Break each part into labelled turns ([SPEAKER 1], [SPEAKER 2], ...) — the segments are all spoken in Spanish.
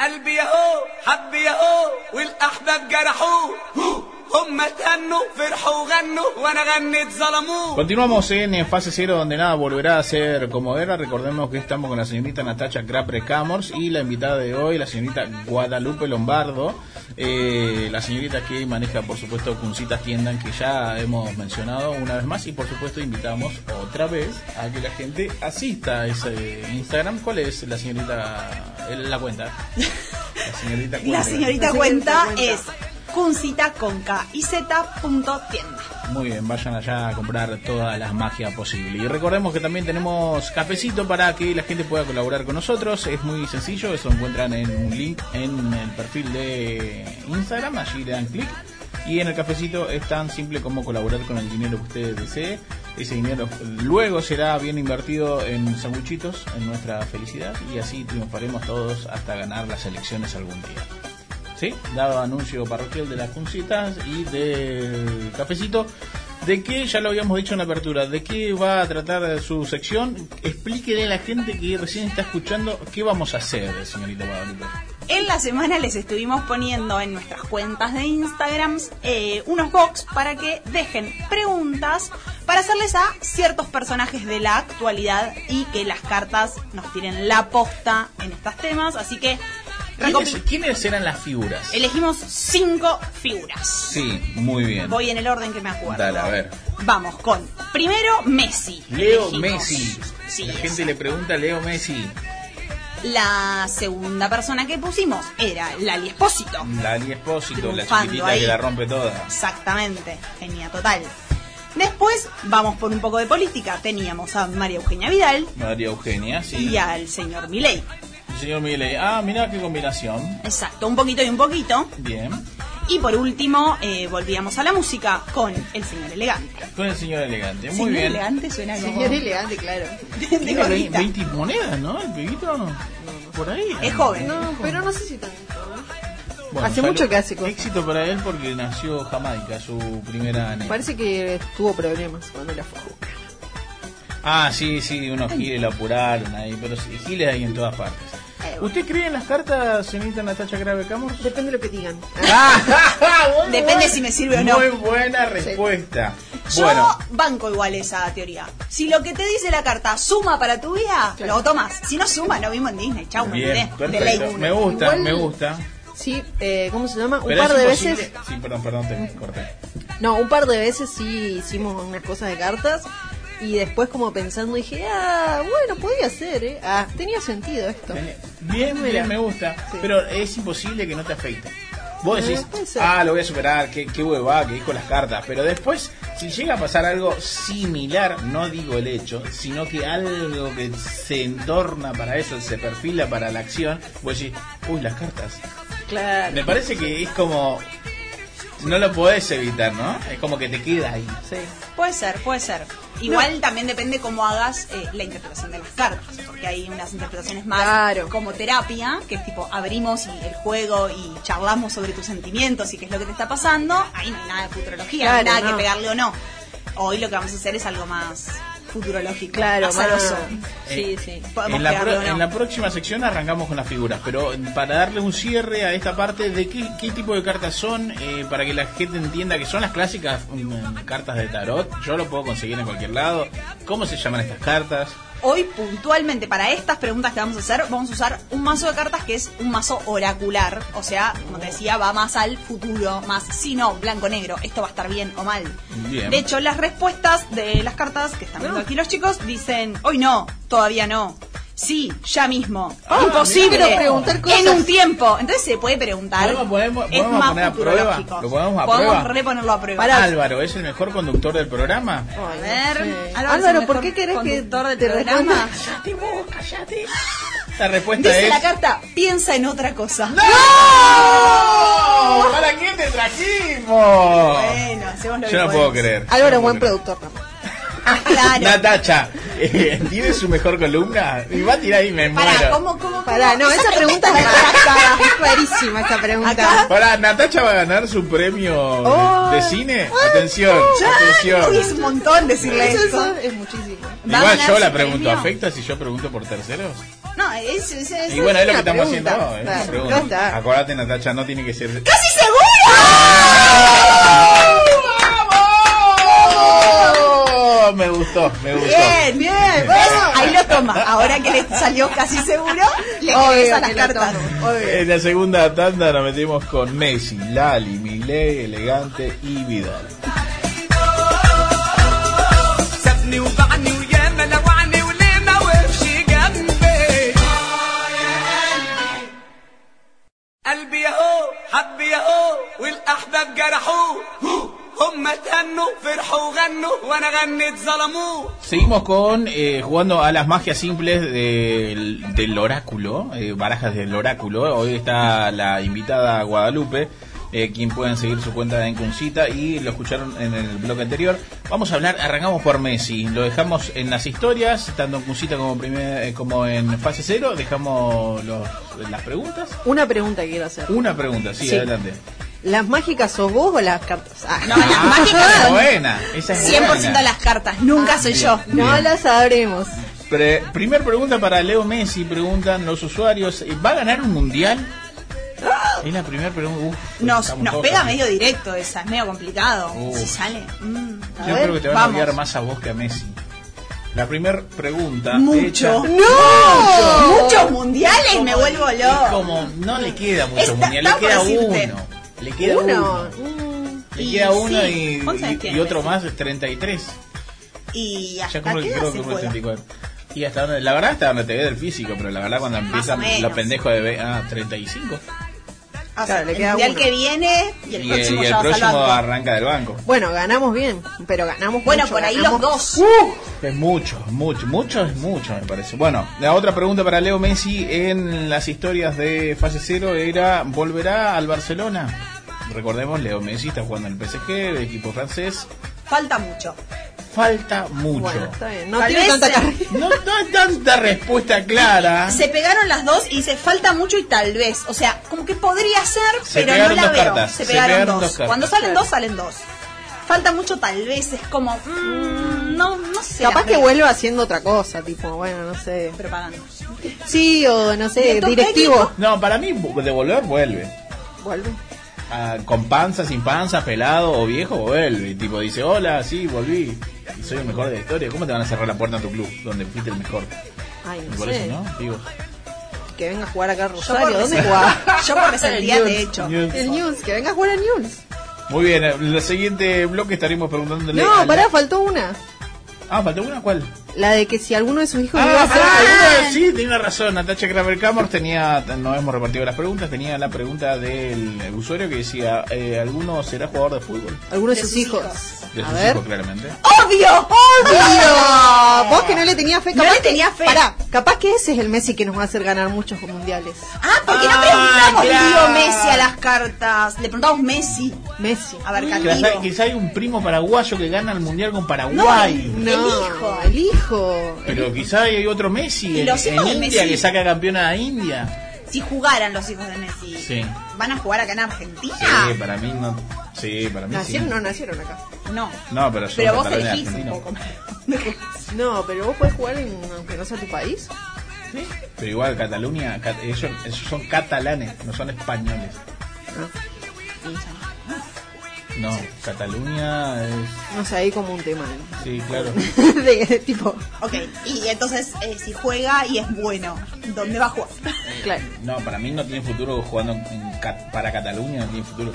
[SPEAKER 1] قلبي يهو حب يهو والاحباب جرحوه هم اتهنوا فرحوا وغنوا وانا غنيت ظلموه
[SPEAKER 2] Continuamos en eh, Fase Cero, donde nada volverá a ser como era. Recordemos que estamos con la señorita Natacha Crapre Camors y la invitada de hoy, la señorita Guadalupe Lombardo, eh, la señorita que maneja, por supuesto, Cuncitas Tiendan, que ya hemos mencionado una vez más. Y, por supuesto, invitamos otra vez a que la gente asista a ese Instagram. ¿Cuál es la señorita, el- la cuenta? La señorita cuenta.
[SPEAKER 3] La señorita
[SPEAKER 4] La señorita
[SPEAKER 3] cuenta
[SPEAKER 4] cuenta.
[SPEAKER 3] es cuncita con K y Z punto tienda.
[SPEAKER 2] Muy bien, vayan allá a comprar todas las magias posibles. Y recordemos que también tenemos cafecito para que la gente pueda colaborar con nosotros. Es muy sencillo, eso encuentran en un link en el perfil de Instagram, allí le dan clic. Y en el cafecito es tan simple como colaborar con el dinero que ustedes desee. Ese dinero luego será bien invertido en sanguchitos, en nuestra felicidad. Y así triunfaremos todos hasta ganar las elecciones algún día. ¿sí? Daba anuncio parroquial de las cuncitas y del cafecito. ¿De qué? Ya lo habíamos dicho en la apertura. ¿De qué va a tratar su sección? Explíquele a la gente que recién está escuchando qué vamos a hacer, señorita Guadalupe.
[SPEAKER 3] En la semana les estuvimos poniendo en nuestras cuentas de Instagram eh, unos box para que dejen preguntas para hacerles a ciertos personajes de la actualidad y que las cartas nos tiren la posta en estos temas. Así que
[SPEAKER 2] ¿Quiénes,
[SPEAKER 3] recopi-
[SPEAKER 2] quiénes eran las figuras?
[SPEAKER 3] elegimos cinco figuras.
[SPEAKER 2] Sí, muy bien.
[SPEAKER 3] Voy en el orden que me acuerdo.
[SPEAKER 2] Dale, a ver.
[SPEAKER 3] Vamos con primero Messi.
[SPEAKER 2] Leo
[SPEAKER 3] Elegimos.
[SPEAKER 2] Messi.
[SPEAKER 3] Sí,
[SPEAKER 2] la
[SPEAKER 3] esa.
[SPEAKER 2] gente le pregunta a Leo Messi.
[SPEAKER 3] La segunda persona que pusimos era Lali Espósito.
[SPEAKER 2] Lali Espósito, la
[SPEAKER 3] Triunfando
[SPEAKER 2] chiquitita
[SPEAKER 3] ahí.
[SPEAKER 2] que la rompe toda.
[SPEAKER 3] Exactamente, genia total. Después, vamos por un poco de política. Teníamos a María Eugenia Vidal
[SPEAKER 2] María Eugenia, sí.
[SPEAKER 3] y al señor Milei.
[SPEAKER 2] Señor Miguel, ah, mira qué combinación.
[SPEAKER 3] Exacto, un poquito y un poquito.
[SPEAKER 2] Bien.
[SPEAKER 3] Y por último, eh, volvíamos a la música con el señor elegante.
[SPEAKER 2] Con el señor elegante, muy
[SPEAKER 3] señor
[SPEAKER 2] bien.
[SPEAKER 3] elegante suena como...
[SPEAKER 4] Señor elegante, claro.
[SPEAKER 3] de
[SPEAKER 2] Tiene ve-
[SPEAKER 3] corista.
[SPEAKER 2] 20 monedas, ¿no? El pibito, ¿no? Por ahí.
[SPEAKER 3] Es joven.
[SPEAKER 4] No, pero no sé si tanto. ¿no?
[SPEAKER 2] Bueno,
[SPEAKER 4] Hace
[SPEAKER 2] salud.
[SPEAKER 4] mucho que hace cosas.
[SPEAKER 2] Éxito para él porque nació Jamaica, su primera nena.
[SPEAKER 4] Parece que tuvo problemas cuando la fue a buscar.
[SPEAKER 2] Ah, sí, sí, unos giles lo apuraron ahí, pero sí, giles hay en todas partes.
[SPEAKER 3] Eh,
[SPEAKER 2] ¿Usted cree en las cartas, señorita Natacha Grave Ah, Camor?
[SPEAKER 4] Depende de lo que digan.
[SPEAKER 3] Depende si me sirve o no.
[SPEAKER 2] Muy buena respuesta.
[SPEAKER 3] Yo
[SPEAKER 2] Bueno,
[SPEAKER 3] banco igual esa teoría. Si lo que te dice la carta suma para tu vida,
[SPEAKER 4] Claro.
[SPEAKER 3] lo tomas. Si no suma, lo mismo en Disney. Chau, me
[SPEAKER 2] bien,
[SPEAKER 3] olvidé. De ley.
[SPEAKER 2] perfecto. Me gusta,
[SPEAKER 4] Igual-
[SPEAKER 2] me gusta.
[SPEAKER 4] Sí, eh, ¿cómo se llama? Un
[SPEAKER 2] Pero
[SPEAKER 4] par
[SPEAKER 2] es
[SPEAKER 4] de
[SPEAKER 2] imposible-
[SPEAKER 4] veces.
[SPEAKER 2] Sí, perdón, perdón, te corté.
[SPEAKER 4] No, un par de veces sí hicimos unas cosas de cartas. Y después, como pensando, dije, ah, bueno, podía ser, ¿eh? Ah, tenía sentido esto.
[SPEAKER 2] Eh, Bien,
[SPEAKER 4] Mira.
[SPEAKER 2] bien, me gusta.
[SPEAKER 4] Sí.
[SPEAKER 2] Pero es imposible que no te afecte. Vos decís,
[SPEAKER 4] Eh, puede ser.
[SPEAKER 2] ah, lo voy a superar, qué, ah, qué hueva, que dijo las cartas. Pero después, si llega a pasar algo similar, no digo el hecho, sino que algo que se entorna para eso, se perfila para la acción, vos decís, uy, las cartas.
[SPEAKER 4] Claro.
[SPEAKER 2] Me parece que es como. No lo podés evitar, ¿no? Es como que te queda ahí.
[SPEAKER 4] Sí.
[SPEAKER 3] Puede ser, puede ser. Igual también depende cómo hagas eh, la interpretación de las cartas, porque hay unas interpretaciones más
[SPEAKER 4] Claro.
[SPEAKER 3] como terapia, que es tipo abrimos y el juego y charlamos sobre tus sentimientos y qué es lo que te está pasando. Ahí no hay nada de futurología, no hay
[SPEAKER 4] Claro,
[SPEAKER 3] nada
[SPEAKER 4] no.
[SPEAKER 3] que pegarle o no. Hoy lo que vamos a hacer es algo más futurológico,
[SPEAKER 4] Claro,
[SPEAKER 3] azaroso.
[SPEAKER 4] más-
[SPEAKER 2] Eh,
[SPEAKER 4] Sí, sí.
[SPEAKER 3] Podemos
[SPEAKER 2] En la,
[SPEAKER 3] pegarle
[SPEAKER 2] pro-
[SPEAKER 3] o no.
[SPEAKER 2] en la próxima sección arrancamos con las figuras, pero para darle un cierre a esta parte de qué, qué tipo de cartas son, eh, para que la gente entienda que son las clásicas mm, cartas de tarot, yo lo puedo conseguir en cualquier lado, cómo se llaman estas cartas,
[SPEAKER 3] Hoy puntualmente para estas preguntas que vamos a hacer, vamos a usar un mazo de cartas que es un mazo oracular, o sea, como te decía, va más al futuro, más si no, blanco negro, esto va a estar bien o mal.
[SPEAKER 2] Bien. Ah.
[SPEAKER 3] De hecho, las respuestas de las cartas que están viendo aquí los chicos dicen, "Hoy no, todavía no." Sí, ya mismo.
[SPEAKER 2] Ah,
[SPEAKER 3] Imposible.
[SPEAKER 2] mirá. Pero
[SPEAKER 4] preguntar
[SPEAKER 3] En
[SPEAKER 4] cosas.
[SPEAKER 3] un tiempo. Entonces se puede preguntar.
[SPEAKER 2] ¿Podemos- podemos-
[SPEAKER 3] es
[SPEAKER 2] podemos
[SPEAKER 3] más
[SPEAKER 2] poner a prueba?
[SPEAKER 3] futurológico.
[SPEAKER 2] ¿Lo ponemos a
[SPEAKER 3] Podemos
[SPEAKER 2] prueba?
[SPEAKER 3] reponerlo a prueba.
[SPEAKER 4] Pará.
[SPEAKER 2] Álvaro es el mejor conductor del programa.
[SPEAKER 3] A
[SPEAKER 4] Ay, no
[SPEAKER 3] ver,
[SPEAKER 4] sé.
[SPEAKER 3] Álvaro, es
[SPEAKER 4] Álvaro,
[SPEAKER 3] el
[SPEAKER 4] ¿por
[SPEAKER 3] mejor
[SPEAKER 4] qué querés que
[SPEAKER 3] conductor del
[SPEAKER 4] te
[SPEAKER 3] programa?
[SPEAKER 4] responda?
[SPEAKER 2] Cállate vos, cállate. La respuesta
[SPEAKER 3] Dice
[SPEAKER 2] es...
[SPEAKER 3] la carta, piensa en otra cosa.
[SPEAKER 2] ¡No! ¿Para qué te trajimos?
[SPEAKER 3] Bueno, hacemos lo que
[SPEAKER 2] yo no puedo
[SPEAKER 3] podemos.
[SPEAKER 2] creer. Yo
[SPEAKER 4] Álvaro,
[SPEAKER 2] no puedo
[SPEAKER 4] buen
[SPEAKER 2] creer.
[SPEAKER 4] productor. también.
[SPEAKER 3] Claro.
[SPEAKER 2] Natacha, eh, ¿tiene su mejor columna? Y va a tirar y me
[SPEAKER 3] Pará,
[SPEAKER 2] muero.
[SPEAKER 3] ¿cómo, cómo,
[SPEAKER 4] Pará, no, esa pregunta es rarísima. Es rarísima esa pregunta.
[SPEAKER 3] Acá.
[SPEAKER 2] Pará, ¿Natacha va a ganar su premio de-
[SPEAKER 4] Oh.
[SPEAKER 2] de cine? Atención, atención.
[SPEAKER 3] es un montón decirle
[SPEAKER 4] Eso
[SPEAKER 3] eso.
[SPEAKER 4] es muchísimo.
[SPEAKER 3] ¿Va a
[SPEAKER 2] Igual
[SPEAKER 3] ganar
[SPEAKER 2] yo
[SPEAKER 3] su
[SPEAKER 2] la pregunto,
[SPEAKER 3] premio?
[SPEAKER 2] ¿afecta si yo pregunto por terceros?
[SPEAKER 3] No, es, es- es-
[SPEAKER 2] Y bueno, es lo que
[SPEAKER 4] una
[SPEAKER 2] estamos
[SPEAKER 4] pregunta.
[SPEAKER 2] haciendo. ahora, es una
[SPEAKER 4] Claro,
[SPEAKER 2] pregunta.
[SPEAKER 4] ya está.
[SPEAKER 2] Acordate, Natacha, no tiene que ser.
[SPEAKER 3] ¡Casi
[SPEAKER 2] Ah.
[SPEAKER 3] seguro!
[SPEAKER 2] ¡Oh! Me gustó, me gustó.
[SPEAKER 3] Bien, bien. ¿Ves? Ahí lo toma. Ahora que le salió casi seguro, le regresa las
[SPEAKER 4] que lo
[SPEAKER 3] cartas.
[SPEAKER 4] tomo, obvio.
[SPEAKER 2] En la segunda tanda nos metimos con Messi, Lali, Milei, Elegante y Vidal.
[SPEAKER 1] سابني وبعني وياما لوعني وليه ما وقفش جنبي قلبي اهو حبي اهو والاحباب جرحوه هم تهنوا فرحوا وغنوا وانا غنيت ظلموه
[SPEAKER 2] Seguimos con eh, jugando a las magias simples del, del oráculo, eh, barajas del oráculo. Hoy está la invitada Guadalupe, eh, quien pueden seguir su cuenta de Encuncita y lo escucharon en el bloque anterior. Vamos a hablar, arrancamos por Messi, lo dejamos en las historias, tanto en Encuncita como, primer- eh, como en fase cero, dejamos los- las preguntas.
[SPEAKER 4] Una pregunta que quiero hacer.
[SPEAKER 2] Una pregunta, sí,
[SPEAKER 4] Sí.
[SPEAKER 2] adelante.
[SPEAKER 4] ¿Las mágicas sos vos o las cartas? Ah.
[SPEAKER 3] No, las mágicas son
[SPEAKER 2] Buena, esa es
[SPEAKER 3] 100%
[SPEAKER 2] buena.
[SPEAKER 3] las cartas.
[SPEAKER 4] Ah,
[SPEAKER 3] Nunca soy yo.
[SPEAKER 4] No
[SPEAKER 2] Bien.
[SPEAKER 4] las sabremos.
[SPEAKER 2] Pre- primer pregunta para Leo Messi, preguntan los usuarios, Eh, ¿va a ganar un mundial? Es la primera pregunta. Uf,
[SPEAKER 3] ¡Ah!
[SPEAKER 2] pues,
[SPEAKER 3] Nos,
[SPEAKER 2] estamos
[SPEAKER 3] nos
[SPEAKER 2] todos
[SPEAKER 3] pega
[SPEAKER 2] así.
[SPEAKER 3] medio directo esa, es medio complicado.
[SPEAKER 2] Uh.
[SPEAKER 3] Si sale. mm.
[SPEAKER 2] Yo
[SPEAKER 4] A ver,
[SPEAKER 2] creo que te van a
[SPEAKER 3] vamos.
[SPEAKER 2] odiar más a vos que a Messi. La primera pregunta.
[SPEAKER 3] Mucho.
[SPEAKER 2] hecha-
[SPEAKER 3] ¡No! Muchos mundiales, me vuelvo
[SPEAKER 2] es
[SPEAKER 3] loco.
[SPEAKER 2] como, no le queda mucho
[SPEAKER 3] Está-
[SPEAKER 2] mundial,
[SPEAKER 3] está
[SPEAKER 2] le queda
[SPEAKER 3] por decirte.
[SPEAKER 2] uno. Le queda uno.
[SPEAKER 4] Uno. Mm.
[SPEAKER 2] Le
[SPEAKER 3] Y
[SPEAKER 2] queda uno
[SPEAKER 3] sí,
[SPEAKER 2] y-
[SPEAKER 3] ¿cuántos años
[SPEAKER 2] y,
[SPEAKER 3] tiene
[SPEAKER 2] y otro
[SPEAKER 3] Messi?
[SPEAKER 2] más, 33.
[SPEAKER 3] Y
[SPEAKER 2] Ya
[SPEAKER 3] hasta
[SPEAKER 2] como
[SPEAKER 3] qué
[SPEAKER 2] que
[SPEAKER 3] edad
[SPEAKER 2] creo que
[SPEAKER 3] se
[SPEAKER 2] como el
[SPEAKER 3] juega.
[SPEAKER 2] 34. Y hasta donde, la verdad hasta donde te ve del físico, pero la verdad cuando empiezan
[SPEAKER 3] o menos.
[SPEAKER 2] los pendejos de ve- ah, 35.
[SPEAKER 3] O sea,
[SPEAKER 4] Claro, le
[SPEAKER 3] el
[SPEAKER 4] queda
[SPEAKER 3] mundial
[SPEAKER 4] uno.
[SPEAKER 3] que viene y el
[SPEAKER 2] Y el,
[SPEAKER 3] próximo
[SPEAKER 2] y el
[SPEAKER 3] ya va
[SPEAKER 2] próximo
[SPEAKER 3] salvando.
[SPEAKER 2] arranca del banco.
[SPEAKER 4] Bueno, ganamos bien, pero ganamos
[SPEAKER 3] Bueno,
[SPEAKER 4] mucho,
[SPEAKER 3] por ahí
[SPEAKER 4] ganamos- Uh.
[SPEAKER 3] los dos.
[SPEAKER 2] Es mucho, mucho, mucho es mucho, me parece. Bueno, la otra pregunta para Leo Messi en las historias de fase cero era, ¿volverá al Barcelona? Recordemos, Leo Messi está jugando en el PSG, el equipo francés.
[SPEAKER 3] Falta mucho.
[SPEAKER 2] Falta mucho.
[SPEAKER 4] Bueno, está bien. No
[SPEAKER 3] Tal
[SPEAKER 4] tiene
[SPEAKER 3] vez
[SPEAKER 4] tanta
[SPEAKER 3] se-
[SPEAKER 4] carrera.
[SPEAKER 2] No, no hay tanta respuesta clara.
[SPEAKER 3] Se pegaron las dos y dice falta mucho y tal vez. O sea, como que podría ser,
[SPEAKER 2] Se
[SPEAKER 3] pero no
[SPEAKER 2] pegaron
[SPEAKER 3] la
[SPEAKER 2] dos
[SPEAKER 3] veo.
[SPEAKER 2] cartas,
[SPEAKER 3] Se
[SPEAKER 2] se
[SPEAKER 3] pegaron,
[SPEAKER 2] pegaron
[SPEAKER 3] dos.
[SPEAKER 2] dos cartas.
[SPEAKER 3] Cuando salen dos, salen dos. Falta mucho tal vez. Es como, mm, no, no sé.
[SPEAKER 4] Capaz
[SPEAKER 3] las
[SPEAKER 4] que
[SPEAKER 3] veo.
[SPEAKER 4] vuelva haciendo otra cosa, tipo, bueno, no sé.
[SPEAKER 3] Propaganda.
[SPEAKER 4] Sí, o no sé,
[SPEAKER 3] ¿Director
[SPEAKER 4] directivo.
[SPEAKER 3] técnico?
[SPEAKER 2] No, para mí, de volver, vuelve.
[SPEAKER 4] Vuelve.
[SPEAKER 2] Ah, con panza, sin panza, pelado o viejo, vuelve. Y tipo dice, hola, sí, volví. Y soy el mejor de la historia. ¿Cómo te van a cerrar la puerta a tu club donde fuiste el mejor?
[SPEAKER 4] Ay,
[SPEAKER 2] Y
[SPEAKER 4] no
[SPEAKER 2] por
[SPEAKER 4] sé.
[SPEAKER 2] eso, ¿no? Digo.
[SPEAKER 4] Que venga a jugar acá a
[SPEAKER 3] Yo por,
[SPEAKER 4] Rosario. ¿Dónde
[SPEAKER 3] resen-
[SPEAKER 4] juega?
[SPEAKER 3] Yo por resentir, de hecho.
[SPEAKER 2] News.
[SPEAKER 4] El News, que venga a jugar a News.
[SPEAKER 2] Muy bien, en el siguiente bloque estaremos preguntándole. a
[SPEAKER 4] No,
[SPEAKER 2] la-
[SPEAKER 4] pará, faltó una.
[SPEAKER 2] Ah, faltó una, ¿cuál?
[SPEAKER 4] La de que si alguno de sus hijos iba
[SPEAKER 2] Ah,
[SPEAKER 4] a ser
[SPEAKER 2] ah, sí, tenía razón. Natacha Kramer Camor tenía, no hemos repartido las preguntas, tenía la pregunta del usuario que decía: eh, ¿Alguno será jugador de fútbol?
[SPEAKER 4] alguno de
[SPEAKER 3] De
[SPEAKER 4] sus
[SPEAKER 3] sus
[SPEAKER 4] hijos.
[SPEAKER 2] De
[SPEAKER 4] A
[SPEAKER 2] sus
[SPEAKER 4] ver.
[SPEAKER 2] hijos, claramente.
[SPEAKER 3] ¡Obvio!
[SPEAKER 4] Tío, Vos que no le tenías fe,
[SPEAKER 3] No
[SPEAKER 4] capaz
[SPEAKER 3] le tenía
[SPEAKER 4] que-
[SPEAKER 3] fe.
[SPEAKER 4] Pará, capaz que ese es el Messi que nos va a hacer ganar muchos mundiales.
[SPEAKER 3] Ah, ¿por qué no
[SPEAKER 2] Ah,
[SPEAKER 3] preguntamos
[SPEAKER 2] claro.
[SPEAKER 3] tío Messi a las cartas? Le preguntamos Messi.
[SPEAKER 4] Messi.
[SPEAKER 3] A ver,
[SPEAKER 2] Quizá,
[SPEAKER 3] Cantilo.
[SPEAKER 2] quizá hay un primo paraguayo que gana el mundial con
[SPEAKER 3] No,
[SPEAKER 2] Paraguay.
[SPEAKER 4] No,
[SPEAKER 3] hijo.
[SPEAKER 4] el hijo.
[SPEAKER 2] Pero quizá hay otro Messi
[SPEAKER 3] Y
[SPEAKER 2] en,
[SPEAKER 3] los
[SPEAKER 2] en
[SPEAKER 3] hijos de
[SPEAKER 2] India
[SPEAKER 3] Messi.
[SPEAKER 2] que saca campeona a India.
[SPEAKER 3] Si jugaran los hijos de Messi,
[SPEAKER 2] Sí.
[SPEAKER 3] ¿van a jugar acá en Argentina?
[SPEAKER 2] Sí, para mí no. Sí, para mí
[SPEAKER 4] ¿Nacieron
[SPEAKER 2] sí.
[SPEAKER 4] o no nacieron acá?
[SPEAKER 3] No.
[SPEAKER 2] No, pero son
[SPEAKER 3] Pero vos
[SPEAKER 2] catalanes
[SPEAKER 3] elegís un
[SPEAKER 2] argentinos.
[SPEAKER 3] poco.
[SPEAKER 4] No, pero vos podés jugar en, aunque no sea tu país.
[SPEAKER 2] Sí, Pero igual, Cataluña, cat- ellos, ellos son catalanes, no son españoles. Ah. No, Cataluña es.
[SPEAKER 4] No sé, ahí como un tema. ¿no?
[SPEAKER 2] Sí, claro.
[SPEAKER 4] de, de tipo,
[SPEAKER 3] ok, y entonces eh, si juega y es bueno, ¿dónde va a jugar?
[SPEAKER 4] claro.
[SPEAKER 2] No, para mí no tiene futuro jugando en Cat- para Cataluña, no tiene futuro.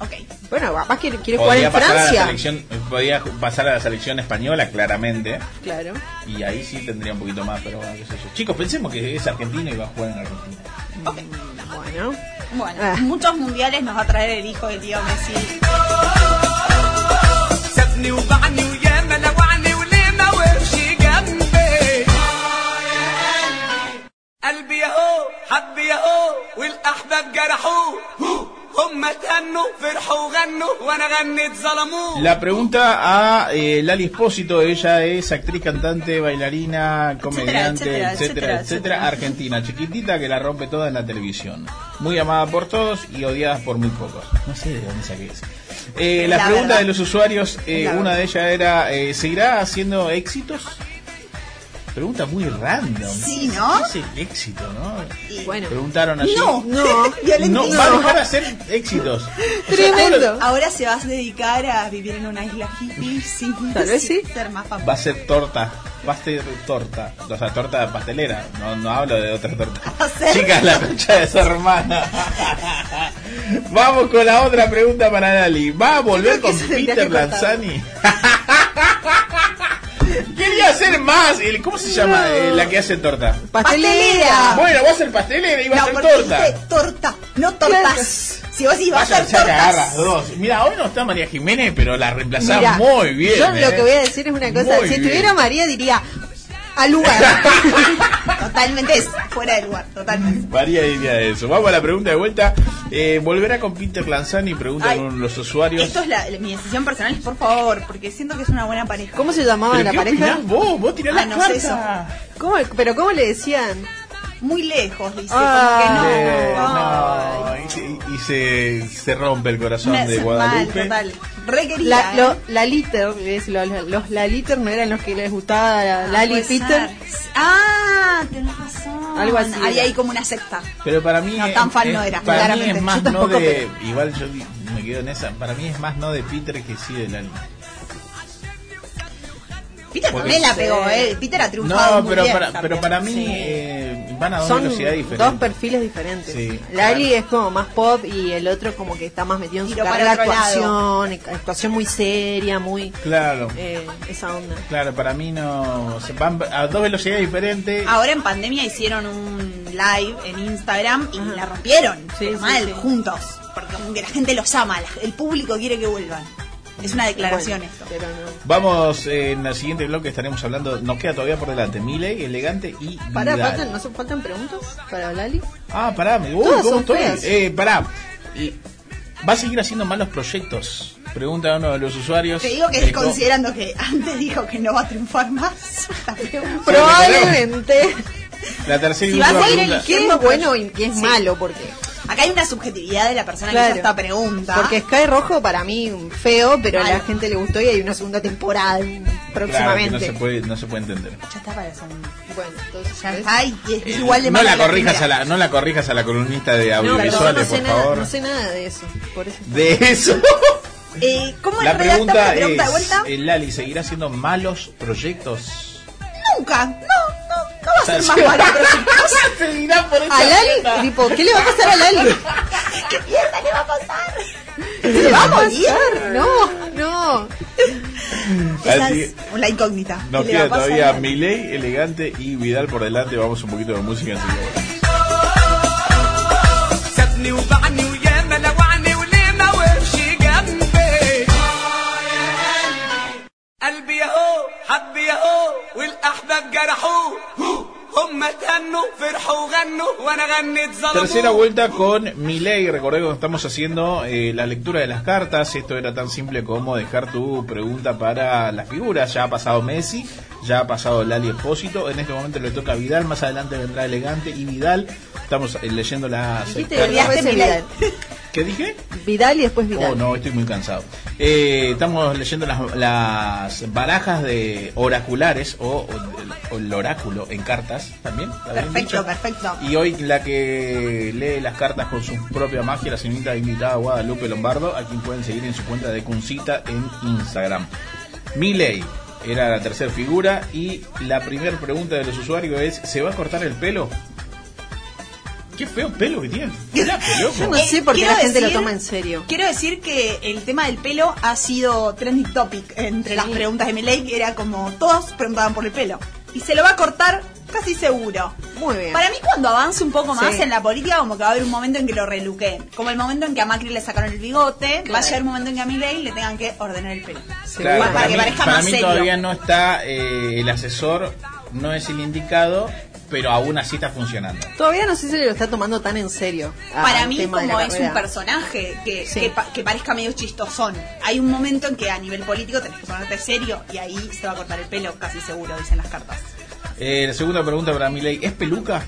[SPEAKER 3] Ok.
[SPEAKER 4] Bueno, capaz quiere, quiere jugar
[SPEAKER 2] Podría
[SPEAKER 4] en
[SPEAKER 2] pasar, a la
[SPEAKER 4] Francia.
[SPEAKER 2] selección, podía ju- pasar a la selección española, claramente.
[SPEAKER 4] Claro.
[SPEAKER 2] Y ahí sí tendría un poquito más, pero bueno, qué sé yo. Chicos, pensemos que es argentino y va a jugar en Argentina.
[SPEAKER 4] Mm, Bueno.
[SPEAKER 3] Bueno,
[SPEAKER 4] Ah.
[SPEAKER 3] muchos mundiales nos va a traer el hijo del tío Messi.
[SPEAKER 1] سابني وبعني وياما لوعني وليه ما وقفش جنبي قلبي اهو حبي اهو والاحباب جرحوه هم تهنوا فرحوا وغنوا وانا غنيت ظلموه
[SPEAKER 2] La pregunta a eh, Lali Espósito, ella es actriz, cantante, bailarina, comediante, etcétera,
[SPEAKER 3] etcétera,
[SPEAKER 2] etcétera,
[SPEAKER 3] etcétera, etcétera.
[SPEAKER 2] argentina, chiquitita que la rompe toda en la televisión. Muy amada por todos y odiada por muy pocos. No sé de dónde saqué eso. Eh, la,
[SPEAKER 3] La
[SPEAKER 2] pregunta
[SPEAKER 3] verdad.
[SPEAKER 2] de los usuarios, eh,
[SPEAKER 3] La
[SPEAKER 2] una
[SPEAKER 3] verdad.
[SPEAKER 2] de ellas era, eh, ¿seguirá haciendo éxitos? Pregunta muy random.
[SPEAKER 3] Sí, ¿no?
[SPEAKER 2] Es el éxito, ¿no?
[SPEAKER 4] Y bueno,
[SPEAKER 2] Preguntaron así.
[SPEAKER 3] No,
[SPEAKER 4] no,
[SPEAKER 2] No, va a dejar de hacer éxitos. O sea, todo lo-
[SPEAKER 4] tremendo.
[SPEAKER 3] Ahora se vas a dedicar a vivir en una isla hippie sin,
[SPEAKER 4] Tal vez
[SPEAKER 3] sin
[SPEAKER 4] sí.
[SPEAKER 3] ser más
[SPEAKER 2] Va a
[SPEAKER 3] famoso.
[SPEAKER 2] ser torta, pastel torta, o sea, torta pastelera, no, no hablo de otra torta.
[SPEAKER 3] Va a ser-
[SPEAKER 2] Chicas, la concha de su hermana. Vamos con la otra pregunta para Dali. ¿Va a volver
[SPEAKER 4] Yo creo
[SPEAKER 2] con
[SPEAKER 4] que eso tendría
[SPEAKER 2] Peter
[SPEAKER 4] que cortar.
[SPEAKER 2] Lanzani? Quería hacer más. El- ¿Cómo se llama eh, la que hace torta?
[SPEAKER 4] Pastelera.
[SPEAKER 2] Bueno, va a ser pastelera y va a
[SPEAKER 3] No,
[SPEAKER 2] ser
[SPEAKER 3] porque
[SPEAKER 2] torta.
[SPEAKER 3] dijiste torta, no tortas. Si vos ibas a
[SPEAKER 2] Vaya,
[SPEAKER 3] ser
[SPEAKER 2] ya que
[SPEAKER 3] tortas.
[SPEAKER 2] agarras dos. Mira, hoy no está María Jiménez, pero la reemplazás
[SPEAKER 4] Mirá,
[SPEAKER 2] muy bien.
[SPEAKER 4] Yo
[SPEAKER 2] ¿eh?
[SPEAKER 4] lo que voy a decir es una cosa.
[SPEAKER 2] Muy
[SPEAKER 4] si
[SPEAKER 2] bien.
[SPEAKER 4] estuviera María diría al lugar.
[SPEAKER 3] Totalmente es fuera del lugar, totalmente.
[SPEAKER 2] María diría eso. Vamos a la pregunta de vuelta. Eh, volverá con Peter Lanzani, preguntan
[SPEAKER 3] Ay,
[SPEAKER 2] los usuarios.
[SPEAKER 3] Esto es la, la- mi decisión personal, por favor, porque siento que es una buena pareja.
[SPEAKER 4] ¿Cómo se llamaba
[SPEAKER 2] ¿Pero
[SPEAKER 4] la
[SPEAKER 2] qué
[SPEAKER 4] pareja?
[SPEAKER 2] opinás vos? Vos tirás
[SPEAKER 3] Ah,
[SPEAKER 2] la
[SPEAKER 3] no sé
[SPEAKER 2] carta.
[SPEAKER 4] ¿Cómo- pero cómo le decían?
[SPEAKER 3] Muy lejos, dice,
[SPEAKER 4] Ah,
[SPEAKER 3] como que no.
[SPEAKER 2] Eh,
[SPEAKER 4] Ay.
[SPEAKER 2] no, Y, se- y se, se rompe el corazón
[SPEAKER 3] Una-
[SPEAKER 2] de
[SPEAKER 3] mal,
[SPEAKER 2] Guadalupe.
[SPEAKER 3] total. Requerida.
[SPEAKER 4] La,
[SPEAKER 3] ¿eh?
[SPEAKER 4] lo- la liter, es lo- lo- los la liter no eran los que les gustaba la,
[SPEAKER 3] Ah,
[SPEAKER 4] Lali
[SPEAKER 3] puede
[SPEAKER 4] Peter.
[SPEAKER 3] ser. Ah, tenés razón.
[SPEAKER 4] Algo así
[SPEAKER 3] Ahí
[SPEAKER 4] era.
[SPEAKER 3] hay como una secta.
[SPEAKER 2] Pero para mí.
[SPEAKER 3] No,
[SPEAKER 2] es-
[SPEAKER 3] tan fan
[SPEAKER 2] es-
[SPEAKER 3] no era,
[SPEAKER 2] Para mí
[SPEAKER 4] claramente.
[SPEAKER 2] es más
[SPEAKER 4] Yo
[SPEAKER 2] no
[SPEAKER 4] tampoco,
[SPEAKER 2] de. Igual yo di- me quedo en esa. Para mí es más no de Peter que sí de Lali.
[SPEAKER 3] Peter
[SPEAKER 2] Porque-
[SPEAKER 3] también la pegó, ¿eh? Peter ha triunfado.
[SPEAKER 2] No,
[SPEAKER 3] muy
[SPEAKER 2] pero
[SPEAKER 3] bien
[SPEAKER 2] para,
[SPEAKER 3] también.
[SPEAKER 2] pero para mí
[SPEAKER 3] Sí.
[SPEAKER 2] eh, van a dos
[SPEAKER 4] Son
[SPEAKER 2] velocidades diferentes.
[SPEAKER 4] dos perfiles diferentes.
[SPEAKER 2] Sí,
[SPEAKER 4] Lali
[SPEAKER 2] claro.
[SPEAKER 4] es como más pop y el otro como que está más metido en su
[SPEAKER 3] Tiro para
[SPEAKER 4] carrera de
[SPEAKER 3] otro lado.
[SPEAKER 4] actuación, actuación muy seria, muy
[SPEAKER 2] Claro.
[SPEAKER 4] eh, esa onda.
[SPEAKER 2] Claro, para mí no. o sea, Van a dos velocidades diferentes.
[SPEAKER 3] Ahora en pandemia hicieron un live en Instagram y la rompieron.
[SPEAKER 4] Sí,
[SPEAKER 3] pero
[SPEAKER 4] sí,
[SPEAKER 3] mal,
[SPEAKER 4] sí.
[SPEAKER 3] juntos. Porque como que la gente los ama, la- el público quiere que vuelvan. Es una declaración
[SPEAKER 4] Bueno,
[SPEAKER 3] esto.
[SPEAKER 4] pero no.
[SPEAKER 2] Vamos, eh, en el siguiente bloque estaremos hablando. Nos queda todavía por delante Miley, elegante y.
[SPEAKER 4] Pará,
[SPEAKER 2] Vidal.
[SPEAKER 4] faltan, ¿no son- faltan preguntas para Lali?
[SPEAKER 2] Ah, pará, me. Uy,
[SPEAKER 4] Todas
[SPEAKER 2] ¿cómo
[SPEAKER 4] son
[SPEAKER 2] estoy?
[SPEAKER 4] feas.
[SPEAKER 2] Eh, pará. Y- ¿Va a seguir haciendo malos proyectos? Pregunta uno de los usuarios.
[SPEAKER 3] Te digo que
[SPEAKER 2] Dejó-
[SPEAKER 3] considerando que antes dijo que no va a triunfar más. la pregunta.
[SPEAKER 4] Probablemente.
[SPEAKER 2] La tercera y
[SPEAKER 3] Si va a
[SPEAKER 2] última
[SPEAKER 3] seguir
[SPEAKER 2] pregunta.
[SPEAKER 3] eligiendo-
[SPEAKER 4] ¿Qué es bueno y qué es
[SPEAKER 3] Sí.
[SPEAKER 4] malo? Porque
[SPEAKER 3] Acá hay una subjetividad de la persona
[SPEAKER 4] Claro.
[SPEAKER 3] que hizo esta pregunta.
[SPEAKER 4] Porque Sky Rojo para mí un feo, pero a la
[SPEAKER 3] Mal.
[SPEAKER 4] gente le gustó y hay una segunda temporada mm,
[SPEAKER 2] Claro, que no
[SPEAKER 4] próximamente.
[SPEAKER 2] se puede, no se puede entender.
[SPEAKER 3] ya está para la segunda.
[SPEAKER 4] bueno, entonces
[SPEAKER 3] Ya
[SPEAKER 4] ¿ves?
[SPEAKER 3] está y es eh, igual de
[SPEAKER 2] no la
[SPEAKER 3] mala que
[SPEAKER 2] corrijas a
[SPEAKER 3] primera.
[SPEAKER 2] la, no la corrijas a la columnista de
[SPEAKER 4] No, pero yo no
[SPEAKER 2] audiovisuales,
[SPEAKER 4] sé
[SPEAKER 2] por
[SPEAKER 4] nada,
[SPEAKER 2] favor.
[SPEAKER 4] no sé nada de eso, por eso.
[SPEAKER 2] De eso.
[SPEAKER 3] Eh, ¿Cómo
[SPEAKER 2] La
[SPEAKER 3] redactamos
[SPEAKER 2] pregunta
[SPEAKER 3] la pregunta de
[SPEAKER 2] es,
[SPEAKER 3] vuelta?
[SPEAKER 2] eh, Lali, ¿seguirá haciendo malos proyectos?
[SPEAKER 3] Nunca. No, no, no va a ser
[SPEAKER 2] O
[SPEAKER 3] más
[SPEAKER 2] sea,
[SPEAKER 3] malo.
[SPEAKER 2] Seguirá por esa
[SPEAKER 4] A
[SPEAKER 2] ruta.
[SPEAKER 4] Lali, tipo, ¿qué le va a pasar a Lali?
[SPEAKER 3] ¿Qué mierda le va a pasar?
[SPEAKER 4] ¿Qué le va a pasar? No, no.
[SPEAKER 3] Esa
[SPEAKER 2] Así-
[SPEAKER 3] es la incógnita.
[SPEAKER 2] Nos
[SPEAKER 3] ¿Qué le
[SPEAKER 2] queda
[SPEAKER 3] va a pasar?
[SPEAKER 2] todavía Miley, Elegante y Vidal por delante. Vamos un poquito de música enseguida.
[SPEAKER 1] سابني وبعني وياما لوعني وليه ما وقفش جنبي قلبي اهو حبي اهو والاحباب جرحوه هم تهنوا فرحوا وغنوا وانا غنيت
[SPEAKER 2] Tercera
[SPEAKER 1] ظلموا
[SPEAKER 2] vuelta con Miley. Recordemos que estamos haciendo eh, la lectura de las cartas. Esto era tan simple como dejar tu pregunta para las figuras. Ya ha pasado Messi, ya ha pasado Lali Espósito. En este momento le toca a Vidal. Más adelante vendrá Elegante y Vidal. Estamos eh, leyendo las.
[SPEAKER 4] Dijiste
[SPEAKER 2] cartas.
[SPEAKER 4] Vidal, después Vidal.
[SPEAKER 2] ¿Qué dije?
[SPEAKER 4] Vidal y después
[SPEAKER 2] Oh,
[SPEAKER 4] Vidal.
[SPEAKER 2] no, estoy muy cansado. Eh, estamos leyendo las, las barajas de oraculares o, o- o el oráculo en cartas también. ¿está bien
[SPEAKER 3] Perfecto,
[SPEAKER 2] dicho?
[SPEAKER 3] perfecto.
[SPEAKER 2] Y hoy la que lee las cartas con su propia magia, la señorita invitada Guadalupe Lombardo, a quien pueden seguir en su cuenta de Cuncita en Instagram. Miley era la tercera figura y la primera pregunta de los usuarios es, ¿se va a cortar el pelo? Qué feo pelo que tiene. Mirá, qué loco.
[SPEAKER 4] Yo no sé por qué
[SPEAKER 3] Eh, quiero
[SPEAKER 4] la gente lo
[SPEAKER 3] decir-
[SPEAKER 4] toma en serio.
[SPEAKER 3] Quiero decir que el tema del pelo ha sido trending topic entre las preguntas de Miley, que era como todos preguntaban por el pelo. Y se lo va a cortar casi seguro.
[SPEAKER 4] Muy bien.
[SPEAKER 3] Para mí cuando avance un poco más
[SPEAKER 4] Sí.
[SPEAKER 3] en la política como que va a haber un momento en que lo reluquen. Como el momento en que a Macri le sacaron el bigote, va a
[SPEAKER 4] Claro.
[SPEAKER 3] llegar un momento en que a Milei le tengan que ordenar el pelo.
[SPEAKER 2] Claro,
[SPEAKER 3] Para
[SPEAKER 2] para,
[SPEAKER 3] que
[SPEAKER 2] mí,
[SPEAKER 3] parezca
[SPEAKER 2] para
[SPEAKER 3] más
[SPEAKER 2] mí
[SPEAKER 3] serio.
[SPEAKER 2] todavía no está eh, el asesor, no es el indicado, pero aún así está funcionando.
[SPEAKER 4] Todavía no sé si se lo está tomando tan en serio. al
[SPEAKER 3] Para mí,
[SPEAKER 4] Ah, tema de la
[SPEAKER 3] como es un
[SPEAKER 4] carrera.
[SPEAKER 3] personaje que,
[SPEAKER 4] Sí.
[SPEAKER 3] que, pa- que parezca medio chistosón, hay un momento en que a nivel político tenés que ponerte serio y ahí se va a cortar el pelo, casi seguro, dicen las cartas.
[SPEAKER 2] Eh, la segunda pregunta para Milei, ¿es peluca?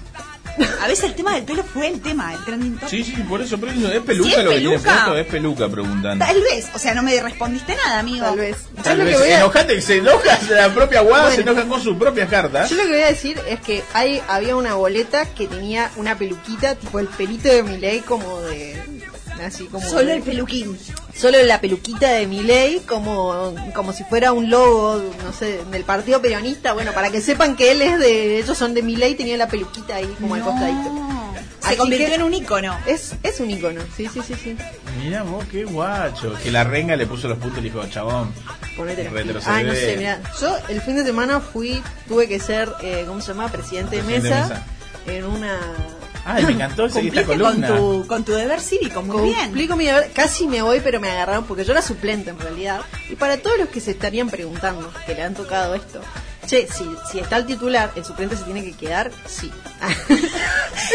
[SPEAKER 3] A veces el tema del pelo fue el tema, el trending topic.
[SPEAKER 2] Sí, sí, por eso, pero ¿es peluca
[SPEAKER 3] Sí, es
[SPEAKER 2] lo que tiene
[SPEAKER 3] peluca.
[SPEAKER 2] puesto? Es peluca, preguntan.
[SPEAKER 3] Tal vez, o sea, no me respondiste nada, amigo.
[SPEAKER 4] Tal vez. Yo
[SPEAKER 2] Tal
[SPEAKER 4] lo que
[SPEAKER 2] vez
[SPEAKER 4] voy a-
[SPEAKER 2] enojate que se enoja la propia guada, se
[SPEAKER 4] Bueno.
[SPEAKER 2] enoja con sus propias cartas.
[SPEAKER 4] Yo lo que voy a decir es que hay, había una boleta que tenía una peluquita, tipo el pelito de Miley, como de. Así como.
[SPEAKER 3] Solo
[SPEAKER 4] de-
[SPEAKER 3] el peluquín.
[SPEAKER 4] Solo la peluquita de Milei como, como si fuera un logo, no sé, del partido peronista. Bueno, para que sepan que él es de. Ellos son de Milei, tenía la peluquita ahí como al
[SPEAKER 3] No.
[SPEAKER 4] costadito.
[SPEAKER 3] Se
[SPEAKER 4] Así
[SPEAKER 3] convirtió
[SPEAKER 4] que-
[SPEAKER 3] en un ícono.
[SPEAKER 4] Es, es un icono, sí, sí, sí, sí.
[SPEAKER 2] Mira vos, qué guacho. Que la renga le puso los puntos y le dijo, chabón.
[SPEAKER 4] Ponete las
[SPEAKER 2] Retroceder.
[SPEAKER 4] pilas. Ay, Ah, no sé, mira, yo el fin de semana fui, tuve que ser, eh, ¿cómo se llama? Presidente,
[SPEAKER 2] Presidente
[SPEAKER 4] de
[SPEAKER 2] de
[SPEAKER 4] mesa, en una...
[SPEAKER 2] Ay, me encantó ese- esta
[SPEAKER 3] Cumpliste con
[SPEAKER 2] columna.
[SPEAKER 3] tu, con tu deber cívico, muy bien.
[SPEAKER 4] Complico mi deber, casi me voy, pero me agarraron porque yo era suplente en realidad. Y para todos los que se estarían preguntando, que le han tocado esto, che, si, si está el titular, el suplente se tiene que quedar, sí.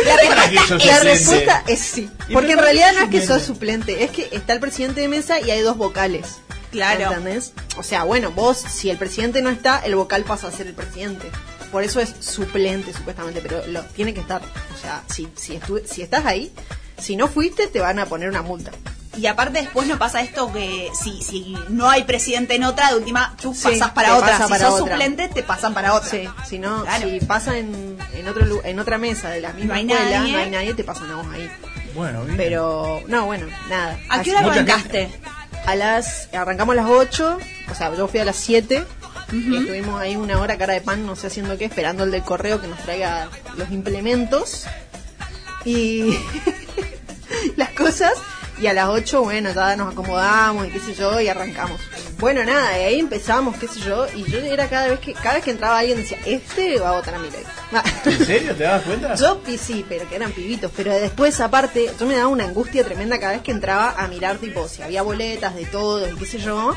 [SPEAKER 4] la
[SPEAKER 2] para qué Ah, sos
[SPEAKER 4] respuesta, la
[SPEAKER 2] suplente?
[SPEAKER 4] respuesta es sí.
[SPEAKER 2] ¿Y
[SPEAKER 4] Porque en
[SPEAKER 2] pero para qué
[SPEAKER 4] realidad no es que
[SPEAKER 2] suplente?
[SPEAKER 4] sos suplente, es que está el presidente de mesa y hay dos vocales.
[SPEAKER 3] Claro.
[SPEAKER 4] ¿Entendés? O sea, bueno, vos, si el presidente no está, el vocal pasa a ser el presidente. Por eso es suplente, supuestamente, pero lo, tiene que estar. O sea, si, si, estu- si estás ahí, si no fuiste, te van a poner una multa.
[SPEAKER 3] Y aparte después no pasa esto que si, si no hay presidente en otra, de última tú
[SPEAKER 4] Sí,
[SPEAKER 3] pasas
[SPEAKER 4] te
[SPEAKER 3] para otra.
[SPEAKER 4] pasa
[SPEAKER 3] si
[SPEAKER 4] para
[SPEAKER 3] sos
[SPEAKER 4] otra.
[SPEAKER 3] suplente, te pasan para otra.
[SPEAKER 4] Sí, si no,
[SPEAKER 3] Claro.
[SPEAKER 4] si pasa en, en, otro, lu- en otra mesa de la misma
[SPEAKER 3] hay
[SPEAKER 4] escuela,
[SPEAKER 3] nadie.
[SPEAKER 4] no hay nadie, te pasan a vos ahí.
[SPEAKER 2] Bueno, bien.
[SPEAKER 4] Pero, no, bueno, nada.
[SPEAKER 3] ¿A qué
[SPEAKER 4] Así-
[SPEAKER 3] hora
[SPEAKER 2] Mucha
[SPEAKER 3] arrancaste?
[SPEAKER 4] A las, arrancamos a las 8, o sea, yo fui a las 7. y Estuvimos ahí una hora cara de pan, no sé haciendo qué, esperando el del correo que nos traiga los implementos y las cosas. Y a las 8, bueno, ya nos acomodamos y qué sé yo, y arrancamos. Bueno, nada, y ahí empezamos, qué sé yo, y yo era cada vez que, cada vez que entraba alguien decía, este va a votar a mi
[SPEAKER 2] ¿En serio? ¿Te das cuenta?
[SPEAKER 4] Yo pi- sí, pero que eran pibitos. Pero después, aparte, yo me daba una angustia tremenda cada vez que entraba a mirar, tipo, si había boletas de todo y qué sé yo.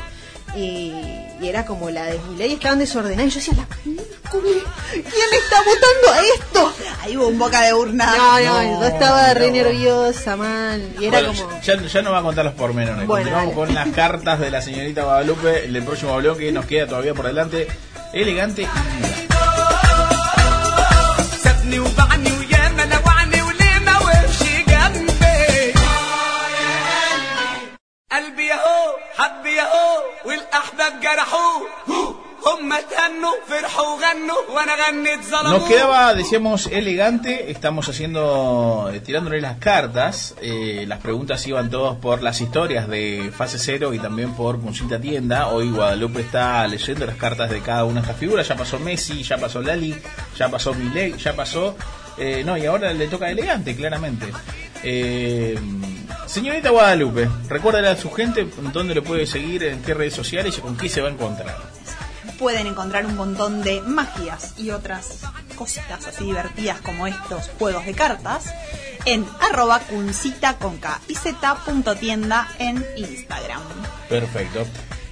[SPEAKER 4] Y, y era como la de Miley, estaban desordenadas. Y yo decía, la miércoles, ¿quién le está votando a esto?
[SPEAKER 3] Ahí hubo un boca de urna.
[SPEAKER 4] No, no, yo estaba re
[SPEAKER 2] no.
[SPEAKER 4] nerviosa, mal. Y era
[SPEAKER 2] Bueno,
[SPEAKER 4] como.
[SPEAKER 2] ya, ya no va a contar los pormenores.
[SPEAKER 4] Bueno,
[SPEAKER 2] Continuamos
[SPEAKER 4] dale.
[SPEAKER 2] con las cartas de la señorita Guadalupe. El próximo bloque nos queda todavía por delante. Elegante y viva.
[SPEAKER 1] سابني وبعني وياما لوعني وليه ما وقفش جنبي قلبي ياهو حبي ياهو والاحباب جرحوه هم تهنوا فرحوا وغنوا وانا غنيت
[SPEAKER 2] Nos
[SPEAKER 1] ظلموه
[SPEAKER 2] quedaba, decíamos, elegante. Estamos haciendo, eh, tirándole las cartas. Eh, las preguntas iban todas por las historias de fase cero y también por Puncita Tienda. Hoy Guadalupe está leyendo las cartas de cada una de estas figuras. Ya pasó Messi, ya pasó Lali, ya pasó Milei, ya pasó. eh, no, y ahora le toca elegante, claramente. Eh, señorita Guadalupe, recuérdale a su gente dónde lo puede seguir, en qué redes sociales y con qué se va a encontrar.
[SPEAKER 3] pueden encontrar un montón de magias y otras cositas así divertidas como estos juegos de cartas en arroba cuncita con K y Z punto tienda en Instagram.
[SPEAKER 2] Perfecto.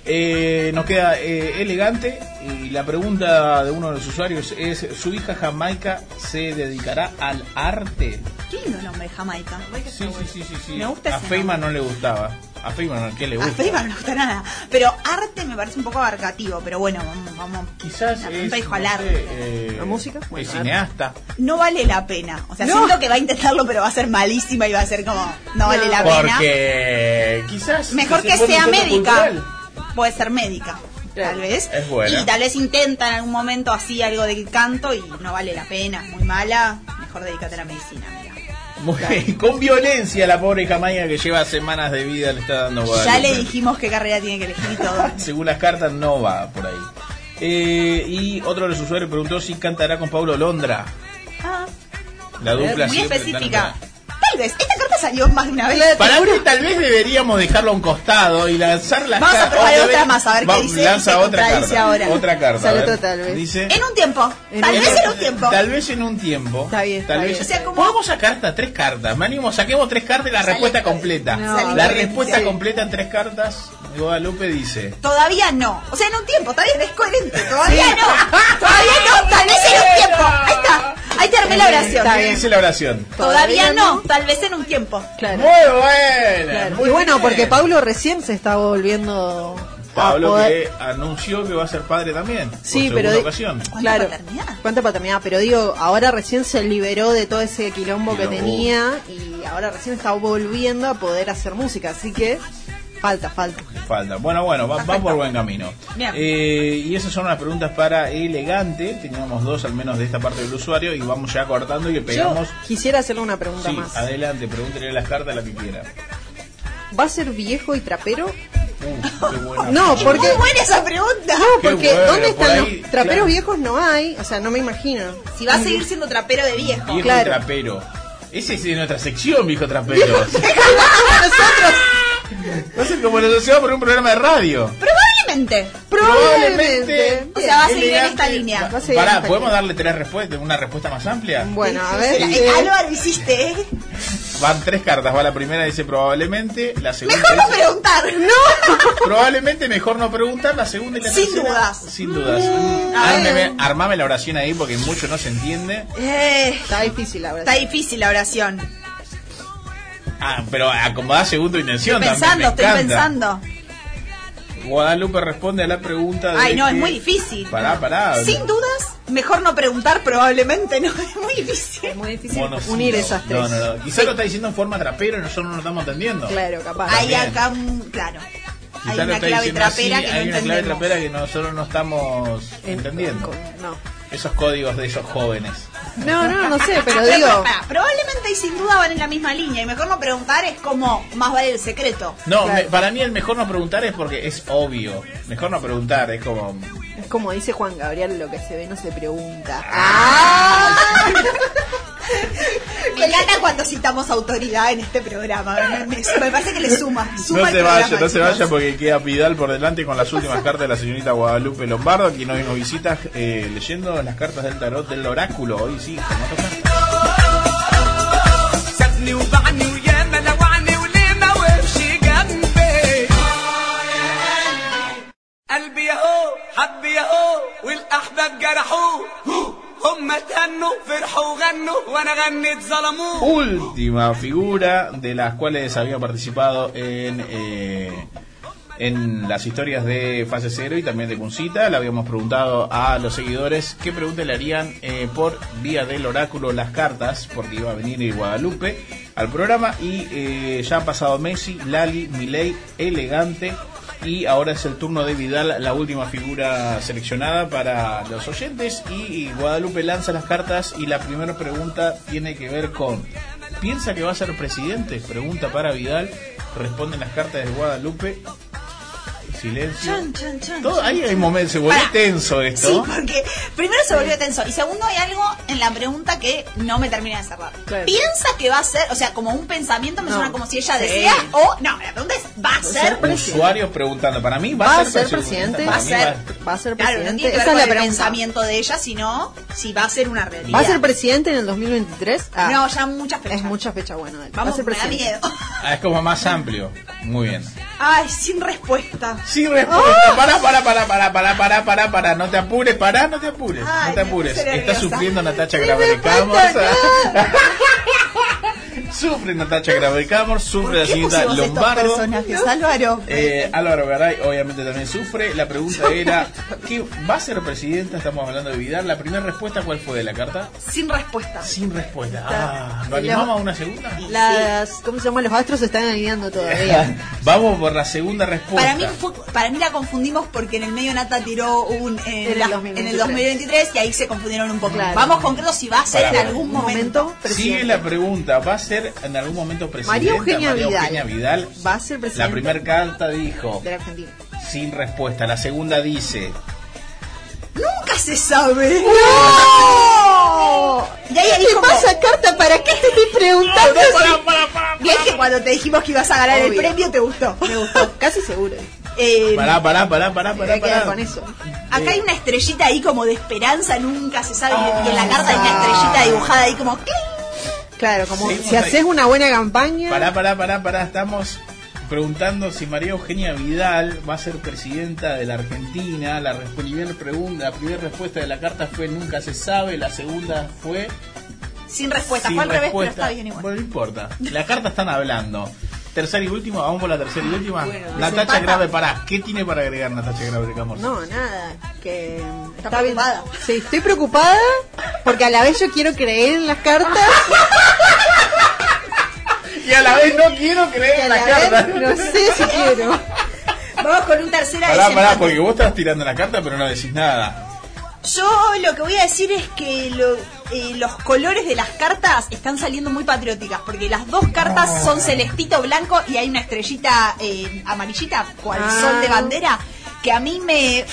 [SPEAKER 2] Eh, nos queda eh, elegante y la pregunta de uno de los usuarios es, ¿su hija Jamaica se dedicará al arte?
[SPEAKER 3] Qué lindo nombre Jamaica.
[SPEAKER 2] Sí, sí, sí, sí. sí.
[SPEAKER 3] Me gusta
[SPEAKER 2] a
[SPEAKER 3] ese
[SPEAKER 2] Feynman no le gustaba. A Feynman, ¿qué le
[SPEAKER 3] A
[SPEAKER 2] gusta?
[SPEAKER 3] Facebook no le gusta nada, pero arte me parece un poco abarcativo, pero bueno, vamos, vamos.
[SPEAKER 2] Quizás
[SPEAKER 3] La
[SPEAKER 2] es,
[SPEAKER 3] pregunta dijo
[SPEAKER 2] no
[SPEAKER 3] al
[SPEAKER 2] sé,
[SPEAKER 3] arte.
[SPEAKER 2] eh,
[SPEAKER 4] ¿La música? Bueno,
[SPEAKER 2] es
[SPEAKER 4] arte.
[SPEAKER 2] cineasta.
[SPEAKER 3] No vale la pena. O sea,
[SPEAKER 4] No.
[SPEAKER 3] siento que va a intentarlo, pero va a ser malísima y va a ser como, no vale la pena.
[SPEAKER 2] Porque quizás...
[SPEAKER 3] Mejor que
[SPEAKER 2] se pone
[SPEAKER 3] sea
[SPEAKER 2] un centro
[SPEAKER 3] médica.
[SPEAKER 2] cultural.
[SPEAKER 3] Puede ser médica,
[SPEAKER 4] Claro.
[SPEAKER 3] tal vez.
[SPEAKER 2] Es buena.
[SPEAKER 3] Y tal vez intenta en algún momento así algo del canto y no vale la pena, es muy mala. Mejor dedícate a la medicina, mira.
[SPEAKER 2] Muy- con violencia la pobre Jamaica que lleva semanas de vida le está dando
[SPEAKER 3] Ya
[SPEAKER 2] Guadalupe.
[SPEAKER 3] le dijimos qué carrera tiene que elegir y todo.
[SPEAKER 2] según las cartas, no va por ahí. Eh, y otro de los usuarios preguntó si cantará con Pablo Londra.
[SPEAKER 3] Ah,
[SPEAKER 2] La dupla
[SPEAKER 3] muy
[SPEAKER 2] siempre
[SPEAKER 3] específica.
[SPEAKER 2] tan-
[SPEAKER 3] Tal vez, esta carta salió más de una vez.
[SPEAKER 2] Para mí tal vez deberíamos dejarlo a un costado y lanzar la
[SPEAKER 3] Vamos a probar otra más, a ver qué dice, y
[SPEAKER 2] Lanza
[SPEAKER 3] se
[SPEAKER 2] otra
[SPEAKER 3] contradice
[SPEAKER 2] carta.
[SPEAKER 3] ahora.
[SPEAKER 2] Otra carta.
[SPEAKER 4] Sale
[SPEAKER 2] a ver.
[SPEAKER 4] otra, tal vez.
[SPEAKER 2] Dice, eh,
[SPEAKER 3] En un tiempo.
[SPEAKER 4] En
[SPEAKER 3] Tal
[SPEAKER 4] un
[SPEAKER 3] vez en un tiempo.
[SPEAKER 2] Tal vez en un tiempo.
[SPEAKER 4] Está bien,
[SPEAKER 2] Tal
[SPEAKER 4] está
[SPEAKER 2] vez-
[SPEAKER 4] bien.
[SPEAKER 3] O sea, como-
[SPEAKER 2] Podemos sacar hasta tres cartas. Me animo, saquemos tres cartas y la respuesta completa.
[SPEAKER 4] No.
[SPEAKER 2] la
[SPEAKER 3] Sale
[SPEAKER 2] respuesta
[SPEAKER 3] coherencia.
[SPEAKER 2] completa en tres cartas. Guadalupe dice.
[SPEAKER 3] Todavía no. O sea, en un tiempo, tal vez es coherente. Todavía no. Todavía no, tal vez en un tiempo. Ahí está. Ahí terminé la oración.
[SPEAKER 4] Está
[SPEAKER 2] ¿Qué
[SPEAKER 4] bien.
[SPEAKER 2] dice la oración?
[SPEAKER 3] Todavía no, tal vez en un tiempo.
[SPEAKER 4] Claro.
[SPEAKER 2] Muy buena.
[SPEAKER 4] Claro.
[SPEAKER 2] muy
[SPEAKER 4] Y bueno,
[SPEAKER 2] bien.
[SPEAKER 4] porque Pablo recién se está volviendo
[SPEAKER 2] Pablo
[SPEAKER 4] poder-
[SPEAKER 2] que anunció que va a ser padre también. Por
[SPEAKER 4] Sí,
[SPEAKER 2] segunda
[SPEAKER 4] pero di-
[SPEAKER 2] ocasión.
[SPEAKER 3] ¿Cuánta
[SPEAKER 4] claro.
[SPEAKER 3] paternidad?
[SPEAKER 4] ¿Cuánta paternidad? Pero digo, ahora recién se liberó de todo ese quilombo, que
[SPEAKER 2] Quilombo.
[SPEAKER 4] tenía y ahora recién está volviendo a poder hacer música, así que falta, falta.
[SPEAKER 2] Falta. Bueno, bueno, va- va por buen camino.
[SPEAKER 3] Bien.
[SPEAKER 2] Eh, y esas son las preguntas para Elegante. Teníamos dos al menos de esta parte del usuario y vamos ya cortando y le pegamos.
[SPEAKER 4] Yo quisiera hacerle una pregunta
[SPEAKER 2] Sí,
[SPEAKER 4] más.
[SPEAKER 2] adelante, pregúntele las cartas la que quiera.
[SPEAKER 4] ¿Va a ser viejo y trapero?
[SPEAKER 2] Uh, qué buena.
[SPEAKER 4] No, porque...
[SPEAKER 3] Muy buena esa pregunta.
[SPEAKER 4] No,
[SPEAKER 2] Qué
[SPEAKER 4] porque
[SPEAKER 2] bueno,
[SPEAKER 4] ¿dónde
[SPEAKER 2] por
[SPEAKER 4] están
[SPEAKER 2] ahí,
[SPEAKER 4] los traperos
[SPEAKER 2] claro.
[SPEAKER 4] viejos? No hay, o sea, no me imagino.
[SPEAKER 3] Si va a seguir siendo trapero de viejo.
[SPEAKER 2] Viejo
[SPEAKER 4] claro.
[SPEAKER 2] trapero. Ese es de nuestra sección, viejo trapero. Va a ser como la sociedad por un programa de radio.
[SPEAKER 3] Probablemente.
[SPEAKER 4] Probablemente.
[SPEAKER 3] O sea, va a seguir en
[SPEAKER 2] Elegante.
[SPEAKER 3] esta línea.
[SPEAKER 4] Va a seguir en
[SPEAKER 2] Pará,
[SPEAKER 4] esta
[SPEAKER 2] ¿podemos
[SPEAKER 4] línea.
[SPEAKER 2] darle tres respuestas? ¿Una respuesta más amplia?
[SPEAKER 4] Bueno, a ver.
[SPEAKER 3] Eh,
[SPEAKER 4] eh,
[SPEAKER 3] Álvaro, hiciste, ¿eh?
[SPEAKER 2] Van tres cartas. Va la primera, dice probablemente. La segunda
[SPEAKER 3] Mejor no
[SPEAKER 2] dice-
[SPEAKER 3] preguntar. No.
[SPEAKER 2] Probablemente mejor no preguntar la segunda y la
[SPEAKER 3] Sin
[SPEAKER 2] tercera.
[SPEAKER 3] dudas. Mm,
[SPEAKER 2] Sin dudas.
[SPEAKER 3] a
[SPEAKER 2] Ármeme-
[SPEAKER 3] ver.
[SPEAKER 2] armame la oración ahí porque mucho no se entiende.
[SPEAKER 3] Eh,
[SPEAKER 4] Está difícil ahora.
[SPEAKER 3] está difícil la oración.
[SPEAKER 2] Ah, pero acomodá segundo intención
[SPEAKER 3] Estoy
[SPEAKER 2] también. me
[SPEAKER 3] pensando, estoy
[SPEAKER 2] encanta.
[SPEAKER 3] pensando.
[SPEAKER 2] Guadalupe responde a la pregunta de
[SPEAKER 3] Ay, no, es
[SPEAKER 2] que-
[SPEAKER 3] muy difícil.
[SPEAKER 2] Pará, pará.
[SPEAKER 3] Sin dudas, mejor no preguntar, probablemente, ¿no? Es muy difícil.
[SPEAKER 4] Es muy difícil
[SPEAKER 2] Monosílabo.
[SPEAKER 4] unir esas tres.
[SPEAKER 2] No, no, no. Quizás lo está diciendo en forma trapero y nosotros no lo estamos entendiendo.
[SPEAKER 4] Claro, capaz.
[SPEAKER 3] Hay
[SPEAKER 2] bien.
[SPEAKER 3] acá un. Claro.
[SPEAKER 2] Quizás
[SPEAKER 3] Hay
[SPEAKER 2] lo
[SPEAKER 3] una
[SPEAKER 2] está
[SPEAKER 3] clave
[SPEAKER 2] diciendo
[SPEAKER 3] trapera
[SPEAKER 2] así,
[SPEAKER 3] que no
[SPEAKER 2] Hay una clave
[SPEAKER 3] entendemos.
[SPEAKER 2] trapera que nosotros no estamos
[SPEAKER 4] En-
[SPEAKER 2] entendiendo.
[SPEAKER 4] con- No.
[SPEAKER 2] Esos códigos de esos jóvenes.
[SPEAKER 4] no, no, no sé, pero
[SPEAKER 3] Pará,
[SPEAKER 4] digo.
[SPEAKER 3] pará, pará. probablemente y sin duda van en la misma línea. Y mejor no preguntar es como más vale el secreto.
[SPEAKER 2] No,
[SPEAKER 4] Claro.
[SPEAKER 2] me- para mí el mejor no preguntar es porque es obvio. Mejor no preguntar, es como...
[SPEAKER 4] Es como dice Juan Gabriel, lo que se ve no se pregunta.
[SPEAKER 2] Ah.
[SPEAKER 3] Me encanta cuando citamos autoridad en este programa. Me, me- me parece que le suma. suma
[SPEAKER 2] No
[SPEAKER 3] al
[SPEAKER 2] se
[SPEAKER 3] programa,
[SPEAKER 2] vaya, no se
[SPEAKER 3] chicos.
[SPEAKER 2] vaya porque queda Pidal por delante con las últimas cartas de la señorita Guadalupe Lombardo, quien hoy nos visita eh, leyendo las cartas del tarot del oráculo. Hoy sí, como toca.
[SPEAKER 1] سابني وبعني وياما لوعني وليه ما وقفش جنبي قلبي يا هو حبي يا هو والاحباب جرحوه هم تهنوا فرحوا وغنوا وانا غنيت ظلموه
[SPEAKER 2] Última figura de las cuales había participado en. eh, en las historias de fase cero y también de Cuncita, le habíamos preguntado a los seguidores qué pregunta le harían eh, por vía del oráculo las cartas, porque iba a venir el Guadalupe al programa y eh, ya ha pasado Messi, Lali, Milei, elegante y ahora es el turno de Vidal, la última figura seleccionada para los oyentes y Guadalupe lanza las cartas y la primera pregunta tiene que ver con ¿Piensa que va a ser presidente? Pregunta para Vidal. Responden las cartas de Guadalupe. Silencio.
[SPEAKER 3] Chan, chan, chan,
[SPEAKER 2] Todo, ahí hay momentos, se vuelve
[SPEAKER 3] Pará.
[SPEAKER 2] tenso esto.
[SPEAKER 3] Sí, porque primero se volvió tenso y segundo hay algo en la pregunta que no me termina de cerrar.
[SPEAKER 4] Claro.
[SPEAKER 3] ¿Piensa que va a ser, o sea, como un pensamiento me
[SPEAKER 4] No.
[SPEAKER 3] suena como si ella
[SPEAKER 4] Sí.
[SPEAKER 3] desea o no? La pregunta es, ¿va a ser?
[SPEAKER 2] Usuarios preguntando, para mí va,
[SPEAKER 4] ¿Va a
[SPEAKER 2] ser,
[SPEAKER 4] ser presidente?
[SPEAKER 2] Para
[SPEAKER 3] Va a
[SPEAKER 2] mí
[SPEAKER 3] ser.
[SPEAKER 4] Va a ser
[SPEAKER 3] Claro,
[SPEAKER 4] presidente.
[SPEAKER 3] no tiene que ver
[SPEAKER 4] Esa
[SPEAKER 3] con
[SPEAKER 4] es la
[SPEAKER 3] el
[SPEAKER 4] pregunta.
[SPEAKER 3] pensamiento de ella, sino si va a ser una realidad.
[SPEAKER 4] ¿Va a ser presidente en el 2023? Ah,
[SPEAKER 3] No, ya muchas fechas.
[SPEAKER 4] es mucha fecha buena. dale. Va a
[SPEAKER 3] Vamos,
[SPEAKER 4] ser
[SPEAKER 3] me da
[SPEAKER 4] presidente.
[SPEAKER 3] miedo.
[SPEAKER 2] Ah, es como más amplio. Muy bien.
[SPEAKER 3] Ay, sin respuesta.
[SPEAKER 2] Sin
[SPEAKER 3] ¡Oh!
[SPEAKER 2] respuesta. Para, para, para, para, para, para, para, para. No te apures, para, no te apures.
[SPEAKER 3] Ay,
[SPEAKER 2] no te
[SPEAKER 3] me
[SPEAKER 2] apures.
[SPEAKER 3] puse
[SPEAKER 2] Está
[SPEAKER 3] nerviosa.
[SPEAKER 2] sufriendo Natacha
[SPEAKER 4] Sí, me
[SPEAKER 2] Gravelecamos.
[SPEAKER 4] falta
[SPEAKER 2] Sufre Natacha Gravelecamos, sufre la
[SPEAKER 3] ¿Qué
[SPEAKER 2] señorita
[SPEAKER 3] pusimos estos
[SPEAKER 2] Lombardo.
[SPEAKER 3] personajes, Álvaro?
[SPEAKER 2] Eh, Álvaro Garay obviamente también sufre. La pregunta era, ¿qué va a ser presidenta? Estamos hablando de Vidal. La primera respuesta, ¿cuál fue de la carta?
[SPEAKER 3] Sin respuesta.
[SPEAKER 2] Sin respuesta. Ah, ¿Lo animamos a una segunda?
[SPEAKER 4] Las, ¿Cómo se llama? Los astros se están alineando todavía.
[SPEAKER 2] Vamos por la segunda respuesta.
[SPEAKER 3] Para mí, fue- para mí la confundimos porque en el medio Nata tiró un eh,
[SPEAKER 4] En el
[SPEAKER 3] la-
[SPEAKER 4] 2023.
[SPEAKER 3] en el 2023 y ahí se confundieron un poco.
[SPEAKER 4] Claro.
[SPEAKER 3] Vamos concreto si va a ser
[SPEAKER 2] Para,
[SPEAKER 3] en
[SPEAKER 2] para.
[SPEAKER 3] algún
[SPEAKER 4] Un
[SPEAKER 3] momento.
[SPEAKER 4] momento,
[SPEAKER 2] Sigue
[SPEAKER 4] presidente.
[SPEAKER 2] la pregunta, ¿va a ser en algún momento presidenta
[SPEAKER 4] María Eugenia Vidal.
[SPEAKER 2] Eugenia Vidal?
[SPEAKER 4] Va a ser presidenta.
[SPEAKER 2] La primera carta dijo,
[SPEAKER 4] De la Argentina.
[SPEAKER 2] sin respuesta. La segunda dice,
[SPEAKER 3] Nunca Ah, se sabe. Oh, Y ahí
[SPEAKER 4] ¿Qué
[SPEAKER 3] dijo
[SPEAKER 4] te pasa, carta? ¿Para qué te estoy preguntando? si-
[SPEAKER 3] Y es que cuando te dijimos que ibas a ganar el
[SPEAKER 4] Obvio.
[SPEAKER 3] premio te gustó.
[SPEAKER 4] Me gustó, casi seguro.
[SPEAKER 3] Eh,
[SPEAKER 2] pará, pará, pará, pará,
[SPEAKER 4] Me voy
[SPEAKER 2] pará.
[SPEAKER 4] a quedar
[SPEAKER 2] pará.
[SPEAKER 4] con eso.
[SPEAKER 3] acá hay una estrellita ahí como de esperanza, nunca se sabe.
[SPEAKER 2] Ah,
[SPEAKER 3] y en la carta hay una estrellita dibujada ahí como. ¡cling!
[SPEAKER 4] Claro, como
[SPEAKER 2] Seguimos
[SPEAKER 4] si
[SPEAKER 2] ahí.
[SPEAKER 4] haces una buena campaña.
[SPEAKER 2] Pará, pará, pará, pará. Estamos preguntando si María Eugenia Vidal va a ser presidenta de la Argentina. La res- primera pregunta, la primera respuesta de la carta fue nunca se sabe. La segunda fue
[SPEAKER 3] Sin respuesta.
[SPEAKER 2] sin
[SPEAKER 3] Fue al revés, pero
[SPEAKER 2] respuesta.
[SPEAKER 3] está bien igual.
[SPEAKER 2] Bueno, no importa. Las cartas están hablando. Tercera y última, vamos por la tercera y última.
[SPEAKER 4] Bueno,
[SPEAKER 2] Natacha
[SPEAKER 4] desempata.
[SPEAKER 2] Grave, pará. ¿Qué tiene para agregar Natacha Grave de Camorra?
[SPEAKER 4] No, nada. Que está,
[SPEAKER 3] preocupada.
[SPEAKER 4] bien. Sí, estoy preocupada porque a la vez yo quiero creer en las cartas.
[SPEAKER 2] Y a la vez no quiero creer
[SPEAKER 4] y a
[SPEAKER 2] en
[SPEAKER 4] la
[SPEAKER 2] las
[SPEAKER 4] vez
[SPEAKER 2] cartas.
[SPEAKER 4] no sé si quiero.
[SPEAKER 3] Vamos con un tercera
[SPEAKER 2] Pará, pará,
[SPEAKER 3] desempate.
[SPEAKER 2] porque vos estás tirando la carta, pero no decís nada.
[SPEAKER 3] Yo lo que voy a decir es que lo- eh, los colores de las cartas están saliendo muy patrióticas, porque las dos
[SPEAKER 2] Ah.
[SPEAKER 3] cartas son celestito blanco y hay una estrellita eh, amarillita, cual
[SPEAKER 4] Ah.
[SPEAKER 3] sol de bandera, que a mí me...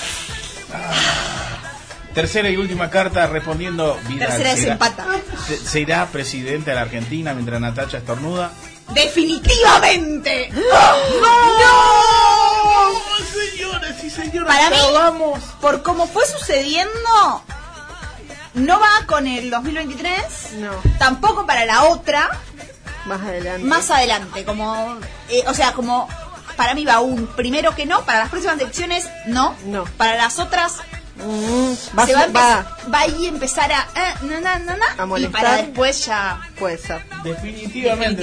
[SPEAKER 2] Tercera y última carta respondiendo Vidal.
[SPEAKER 3] Tercera
[SPEAKER 2] ¿se irá-
[SPEAKER 3] desempata.
[SPEAKER 2] se- ¿Se irá presidente de la Argentina mientras Natacha estornuda?
[SPEAKER 3] ¡Definitivamente!
[SPEAKER 2] ¡Ah! ¡No! Señores y señores,
[SPEAKER 3] Para mí-
[SPEAKER 2] acabamos.
[SPEAKER 3] Por cómo fue sucediendo, no va con el 2023,
[SPEAKER 4] No,
[SPEAKER 3] tampoco para la otra,
[SPEAKER 4] más adelante.
[SPEAKER 3] más adelante, como, eh, o sea, como para mí va un primero que no, para las próximas elecciones no,
[SPEAKER 4] No.
[SPEAKER 3] para las otras
[SPEAKER 4] Mm, va,
[SPEAKER 3] se va, a
[SPEAKER 4] a- va,
[SPEAKER 3] empe- va ahí a empezar a, eh, na, na, na, na,
[SPEAKER 4] A
[SPEAKER 3] y
[SPEAKER 4] molestar.
[SPEAKER 3] para después ya
[SPEAKER 4] puede ser.
[SPEAKER 2] Definitivamente,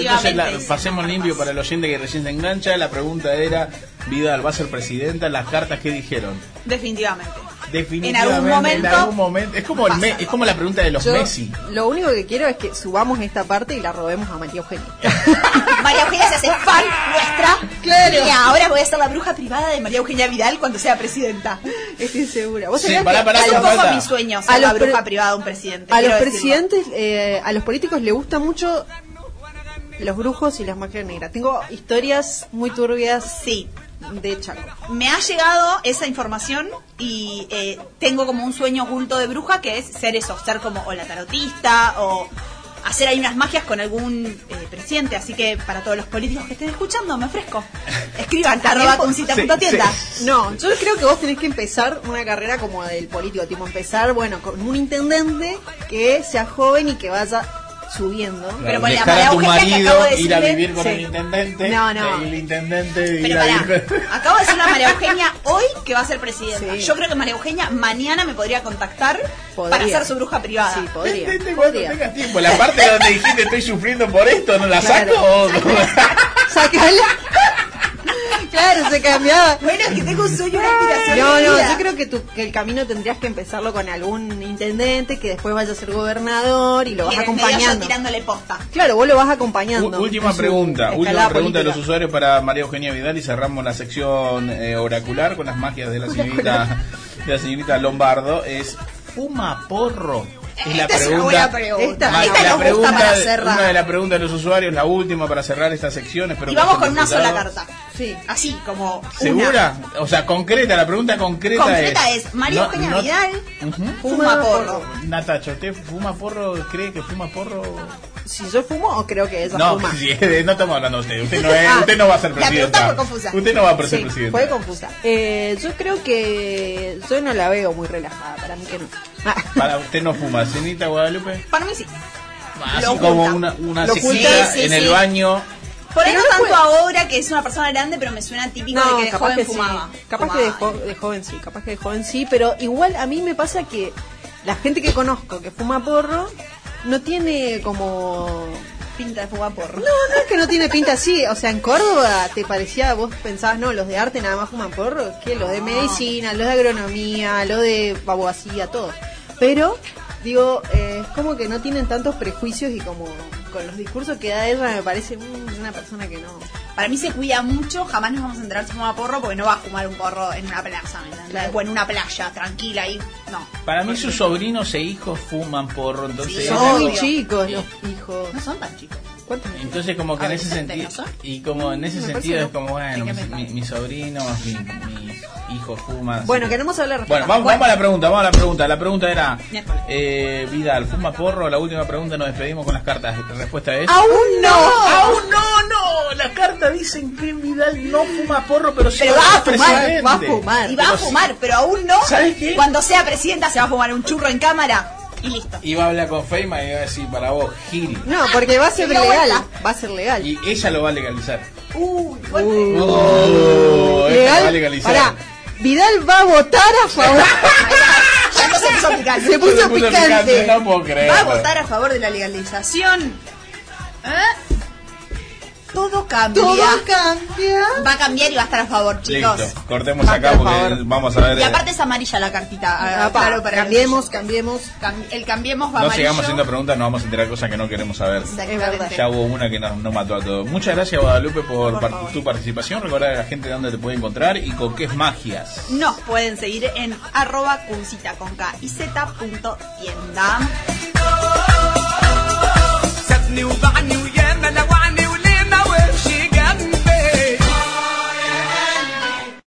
[SPEAKER 3] Definitivamente,
[SPEAKER 2] entonces la-
[SPEAKER 3] sí,
[SPEAKER 2] pasemos
[SPEAKER 3] no
[SPEAKER 2] limpio
[SPEAKER 3] más.
[SPEAKER 2] para el oyente que recién se engancha. La pregunta era, Vidal, ¿va a ser presidenta? Las cartas que dijeron.
[SPEAKER 3] definitivamente.
[SPEAKER 2] Definitivamente,
[SPEAKER 3] algún momento
[SPEAKER 2] en algún momento- es como el me-
[SPEAKER 3] pasa.
[SPEAKER 2] es como la pregunta de los
[SPEAKER 4] Yo
[SPEAKER 2] Messi.
[SPEAKER 4] lo único que quiero es que subamos esta parte y la robemos a María Eugenia.
[SPEAKER 3] María Eugenia se hace fan nuestra. Y ahora voy a ser la bruja privada de María Eugenia Vidal cuando sea presidenta.
[SPEAKER 4] Estoy segura. ¿Vos
[SPEAKER 2] Sí,
[SPEAKER 4] sabías
[SPEAKER 2] pará,
[SPEAKER 4] que
[SPEAKER 2] pará,
[SPEAKER 4] a
[SPEAKER 3] es
[SPEAKER 2] no
[SPEAKER 4] los-
[SPEAKER 3] un poco
[SPEAKER 2] falta.
[SPEAKER 3] mi sueño
[SPEAKER 4] A
[SPEAKER 3] ser la
[SPEAKER 4] los pre-
[SPEAKER 3] bruja privada de un presidente.
[SPEAKER 4] A los
[SPEAKER 3] quiero decirlo.
[SPEAKER 4] presidentes, eh, a los políticos les gusta mucho los brujos y las magias negras. Tengo historias muy turbias
[SPEAKER 3] Sí.
[SPEAKER 4] de Chaco.
[SPEAKER 3] Me ha llegado esa información y eh, tengo como un sueño oculto de bruja que es ser eso, ser como o la tarotista o hacer ahí unas magias con algún eh, presidente. Así que para todos los políticos que estén escuchando, me ofrezco. Escriban arroba con cita punto tienda.
[SPEAKER 2] sí.
[SPEAKER 4] No, yo creo que vos tenés que empezar una carrera como del político, tipo empezar, bueno, con un intendente que sea joven y que vaya subiendo.
[SPEAKER 3] Pero ponle a
[SPEAKER 2] dejar
[SPEAKER 3] María
[SPEAKER 2] a tu
[SPEAKER 3] Eugenia que
[SPEAKER 2] marido
[SPEAKER 3] acabo de
[SPEAKER 2] ir a
[SPEAKER 3] decirle-
[SPEAKER 2] vivir con
[SPEAKER 4] Sí.
[SPEAKER 2] el intendente.
[SPEAKER 4] No, no.
[SPEAKER 2] y El intendente ir
[SPEAKER 3] Pero
[SPEAKER 2] a
[SPEAKER 3] pará,
[SPEAKER 2] vivir con-
[SPEAKER 3] acabo de decirle a María Eugenia hoy que va a ser presidenta.
[SPEAKER 4] Sí.
[SPEAKER 3] Yo creo que María Eugenia mañana me podría contactar
[SPEAKER 4] Podría.
[SPEAKER 3] para ser su bruja privada.
[SPEAKER 4] Sí, podría.
[SPEAKER 2] Entendé cuando
[SPEAKER 4] podría.
[SPEAKER 2] tengas tiempo. La parte donde dijiste estoy sufriendo por esto, ¿no la
[SPEAKER 4] Claro.
[SPEAKER 2] saco? o no?
[SPEAKER 4] Sacala. claro, se cambiaba.
[SPEAKER 3] Bueno, es que tengo un sueño, una aspiración.
[SPEAKER 4] No,
[SPEAKER 3] de
[SPEAKER 4] no,
[SPEAKER 3] vida.
[SPEAKER 4] yo creo que, tu- que el camino tendrías que empezarlo con algún intendente que después vaya a ser gobernador y lo vas
[SPEAKER 3] Y en el medio yo
[SPEAKER 4] acompañando.
[SPEAKER 3] tirándole posta.
[SPEAKER 4] Claro, vos lo vas
[SPEAKER 2] U-
[SPEAKER 4] acompañando.
[SPEAKER 2] última
[SPEAKER 4] en su
[SPEAKER 2] pregunta, última
[SPEAKER 4] escalada
[SPEAKER 2] pregunta de los
[SPEAKER 4] política.
[SPEAKER 2] usuarios para María Eugenia Vidal y cerramos la sección eh, oracular con las magias de la señorita de la señorita Lombardo es fuma porro. Es la
[SPEAKER 3] Esta es una
[SPEAKER 2] pregunta.
[SPEAKER 3] buena pregunta.
[SPEAKER 2] Ma-
[SPEAKER 3] Esta
[SPEAKER 2] la
[SPEAKER 3] nos gusta
[SPEAKER 2] pregunta
[SPEAKER 3] para
[SPEAKER 2] de-
[SPEAKER 3] cerrar.
[SPEAKER 2] una de las preguntas de los usuarios, la última para cerrar esta sección. Espero
[SPEAKER 3] Y
[SPEAKER 2] que
[SPEAKER 3] vamos
[SPEAKER 2] hayan
[SPEAKER 3] con una
[SPEAKER 2] disfrutado.
[SPEAKER 3] sola carta.
[SPEAKER 4] Sí.
[SPEAKER 3] Así, como. una.
[SPEAKER 2] ¿Segura? O sea, concreta, la pregunta concreta,
[SPEAKER 3] Concreta es, María
[SPEAKER 2] No-
[SPEAKER 3] Eugenia
[SPEAKER 2] no-
[SPEAKER 3] Vidal
[SPEAKER 2] Ujú.
[SPEAKER 3] fuma porro.
[SPEAKER 2] Natacha, ¿usted fuma porro? ¿Cree que fuma porro?
[SPEAKER 4] Si yo fumo o creo que ella
[SPEAKER 2] No,
[SPEAKER 4] fuma.
[SPEAKER 2] sí, eh, no estamos hablando de usted. Usted no, es- usted no va a ser
[SPEAKER 3] Ah, La pregunta
[SPEAKER 2] presidenta.
[SPEAKER 3] fue confusa.
[SPEAKER 2] Usted no va a ser
[SPEAKER 4] Sí,
[SPEAKER 2] presidenta.
[SPEAKER 4] fue confusa. Eh, yo creo que yo no la veo muy relajada, para mí que no. Ah,
[SPEAKER 2] Para usted no fuma, cenita Guadalupe.
[SPEAKER 3] Para mí sí.
[SPEAKER 2] Así
[SPEAKER 3] Lo
[SPEAKER 2] como
[SPEAKER 3] oculta.
[SPEAKER 2] una, una
[SPEAKER 4] Lo
[SPEAKER 2] sequita
[SPEAKER 3] oculta. Sí, sí,
[SPEAKER 2] en el
[SPEAKER 3] sí.
[SPEAKER 2] baño.
[SPEAKER 3] Por ahí
[SPEAKER 4] Pero
[SPEAKER 3] no
[SPEAKER 4] no
[SPEAKER 3] tanto
[SPEAKER 4] puede-
[SPEAKER 3] ahora que es una persona grande, pero me suena típico
[SPEAKER 4] No,
[SPEAKER 3] de que de
[SPEAKER 4] capaz
[SPEAKER 3] joven
[SPEAKER 4] que
[SPEAKER 3] fumaba.
[SPEAKER 4] sí. Capaz
[SPEAKER 3] Fumaba.
[SPEAKER 4] que de, jo- de joven sí, capaz que de joven sí, pero igual a mí me pasa que la gente que conozco que fuma porro no tiene como
[SPEAKER 3] Pinta de fumar porro.
[SPEAKER 4] no, no es que no tiene pinta así, o sea, en Córdoba te parecía, vos pensabas, no, los de arte nada más fuman porro, que los de medicina, los de agronomía, los de abogacía, todo. Pero, digo, eh, es como que no tienen tantos prejuicios y como con los discursos que da ella me parece mm, una persona que no.
[SPEAKER 3] Para mí se cuida mucho, jamás nos vamos a enterar si fuma porro porque no va a fumar un porro en una plaza, ¿me entendés?
[SPEAKER 4] Claro.
[SPEAKER 3] O en una playa, tranquila ahí. No.
[SPEAKER 2] Para mí sus sobrinos e hijos fuman porro, entonces...
[SPEAKER 3] Sí,
[SPEAKER 4] Son
[SPEAKER 3] obvio.
[SPEAKER 4] muy chicos los hijos.
[SPEAKER 3] No son tan chicos.
[SPEAKER 4] ¿Cuántos?
[SPEAKER 2] Entonces como que en ese sentido
[SPEAKER 3] Adolescentes, ¿no
[SPEAKER 2] y como en ese
[SPEAKER 4] Me
[SPEAKER 2] sentido
[SPEAKER 4] parece
[SPEAKER 2] es como bueno
[SPEAKER 3] que
[SPEAKER 2] mis,
[SPEAKER 3] me-
[SPEAKER 2] mi- mis sobrinos, mi- mis hijos fuman. así
[SPEAKER 4] Bueno,
[SPEAKER 2] que-
[SPEAKER 4] queremos hablar al
[SPEAKER 2] Bueno,
[SPEAKER 4] respecto.
[SPEAKER 2] vamos, vamos a la pregunta, vamos a la pregunta. La pregunta era,
[SPEAKER 3] Miércoles.
[SPEAKER 2] eh, Vidal, ¿fuma porro? La última pregunta, nos despedimos con las cartas. La respuesta
[SPEAKER 3] Ah,
[SPEAKER 2] es...
[SPEAKER 4] ¡Aún no!
[SPEAKER 2] ¡Aún no, no! Las cartas dicen que Vidal no fuma porro, pero, sí
[SPEAKER 3] Pero
[SPEAKER 2] va
[SPEAKER 3] va
[SPEAKER 2] a
[SPEAKER 3] a fumar,
[SPEAKER 2] presidente.
[SPEAKER 4] va a fumar.
[SPEAKER 3] Y va a
[SPEAKER 2] Pero sí.
[SPEAKER 3] fumar, pero aún no.
[SPEAKER 2] ¿Sabes qué?
[SPEAKER 3] Cuando sea presidenta se va a fumar un churro en cámara y listo.
[SPEAKER 2] Y va a hablar con Feima y va a decir, para vos, Gil.
[SPEAKER 4] No, porque va a ser
[SPEAKER 3] Y la
[SPEAKER 4] legal.
[SPEAKER 3] vuelta.
[SPEAKER 4] Va a ser legal.
[SPEAKER 2] Y ella lo va a legalizar.
[SPEAKER 3] Uy, golpe.
[SPEAKER 2] Oh, ella lo va a
[SPEAKER 4] legal.
[SPEAKER 2] legalizar.
[SPEAKER 4] Pará, Vidal va a votar a favor.
[SPEAKER 3] Ya no se puso picante.
[SPEAKER 4] Ah, Se puso picante.
[SPEAKER 2] No puedo creer.
[SPEAKER 3] Va a votar a favor de la legalización. ¿Eh?
[SPEAKER 5] Todo cambia.
[SPEAKER 4] Todo cambia.
[SPEAKER 5] Va a cambiar y va a estar a favor, chicos.
[SPEAKER 2] Listo, cortemos
[SPEAKER 4] Ah,
[SPEAKER 2] acá
[SPEAKER 4] por
[SPEAKER 2] porque
[SPEAKER 4] favor.
[SPEAKER 2] vamos a ver.
[SPEAKER 5] Y
[SPEAKER 2] eh,
[SPEAKER 5] aparte es amarilla la cartita. ah,
[SPEAKER 4] Apa,
[SPEAKER 5] claro, para
[SPEAKER 4] cambiemos, cambiemos.
[SPEAKER 5] Cam- El cambiemos va
[SPEAKER 2] no
[SPEAKER 5] amarillo.
[SPEAKER 2] sigamos haciendo preguntas, nos vamos a enterar cosas que no queremos saber.
[SPEAKER 5] Exactamente.
[SPEAKER 2] Ya hubo una que nos, nos mató a todos. Muchas gracias, Guadalupe, por,
[SPEAKER 3] Por
[SPEAKER 2] par-
[SPEAKER 3] favor.
[SPEAKER 2] tu participación. Recordar a la gente dónde te puede encontrar y con qué magias.
[SPEAKER 3] Nos pueden seguir en arroba cuncita con K y Z punto tienda.
[SPEAKER 1] سابني وبعني وياما لو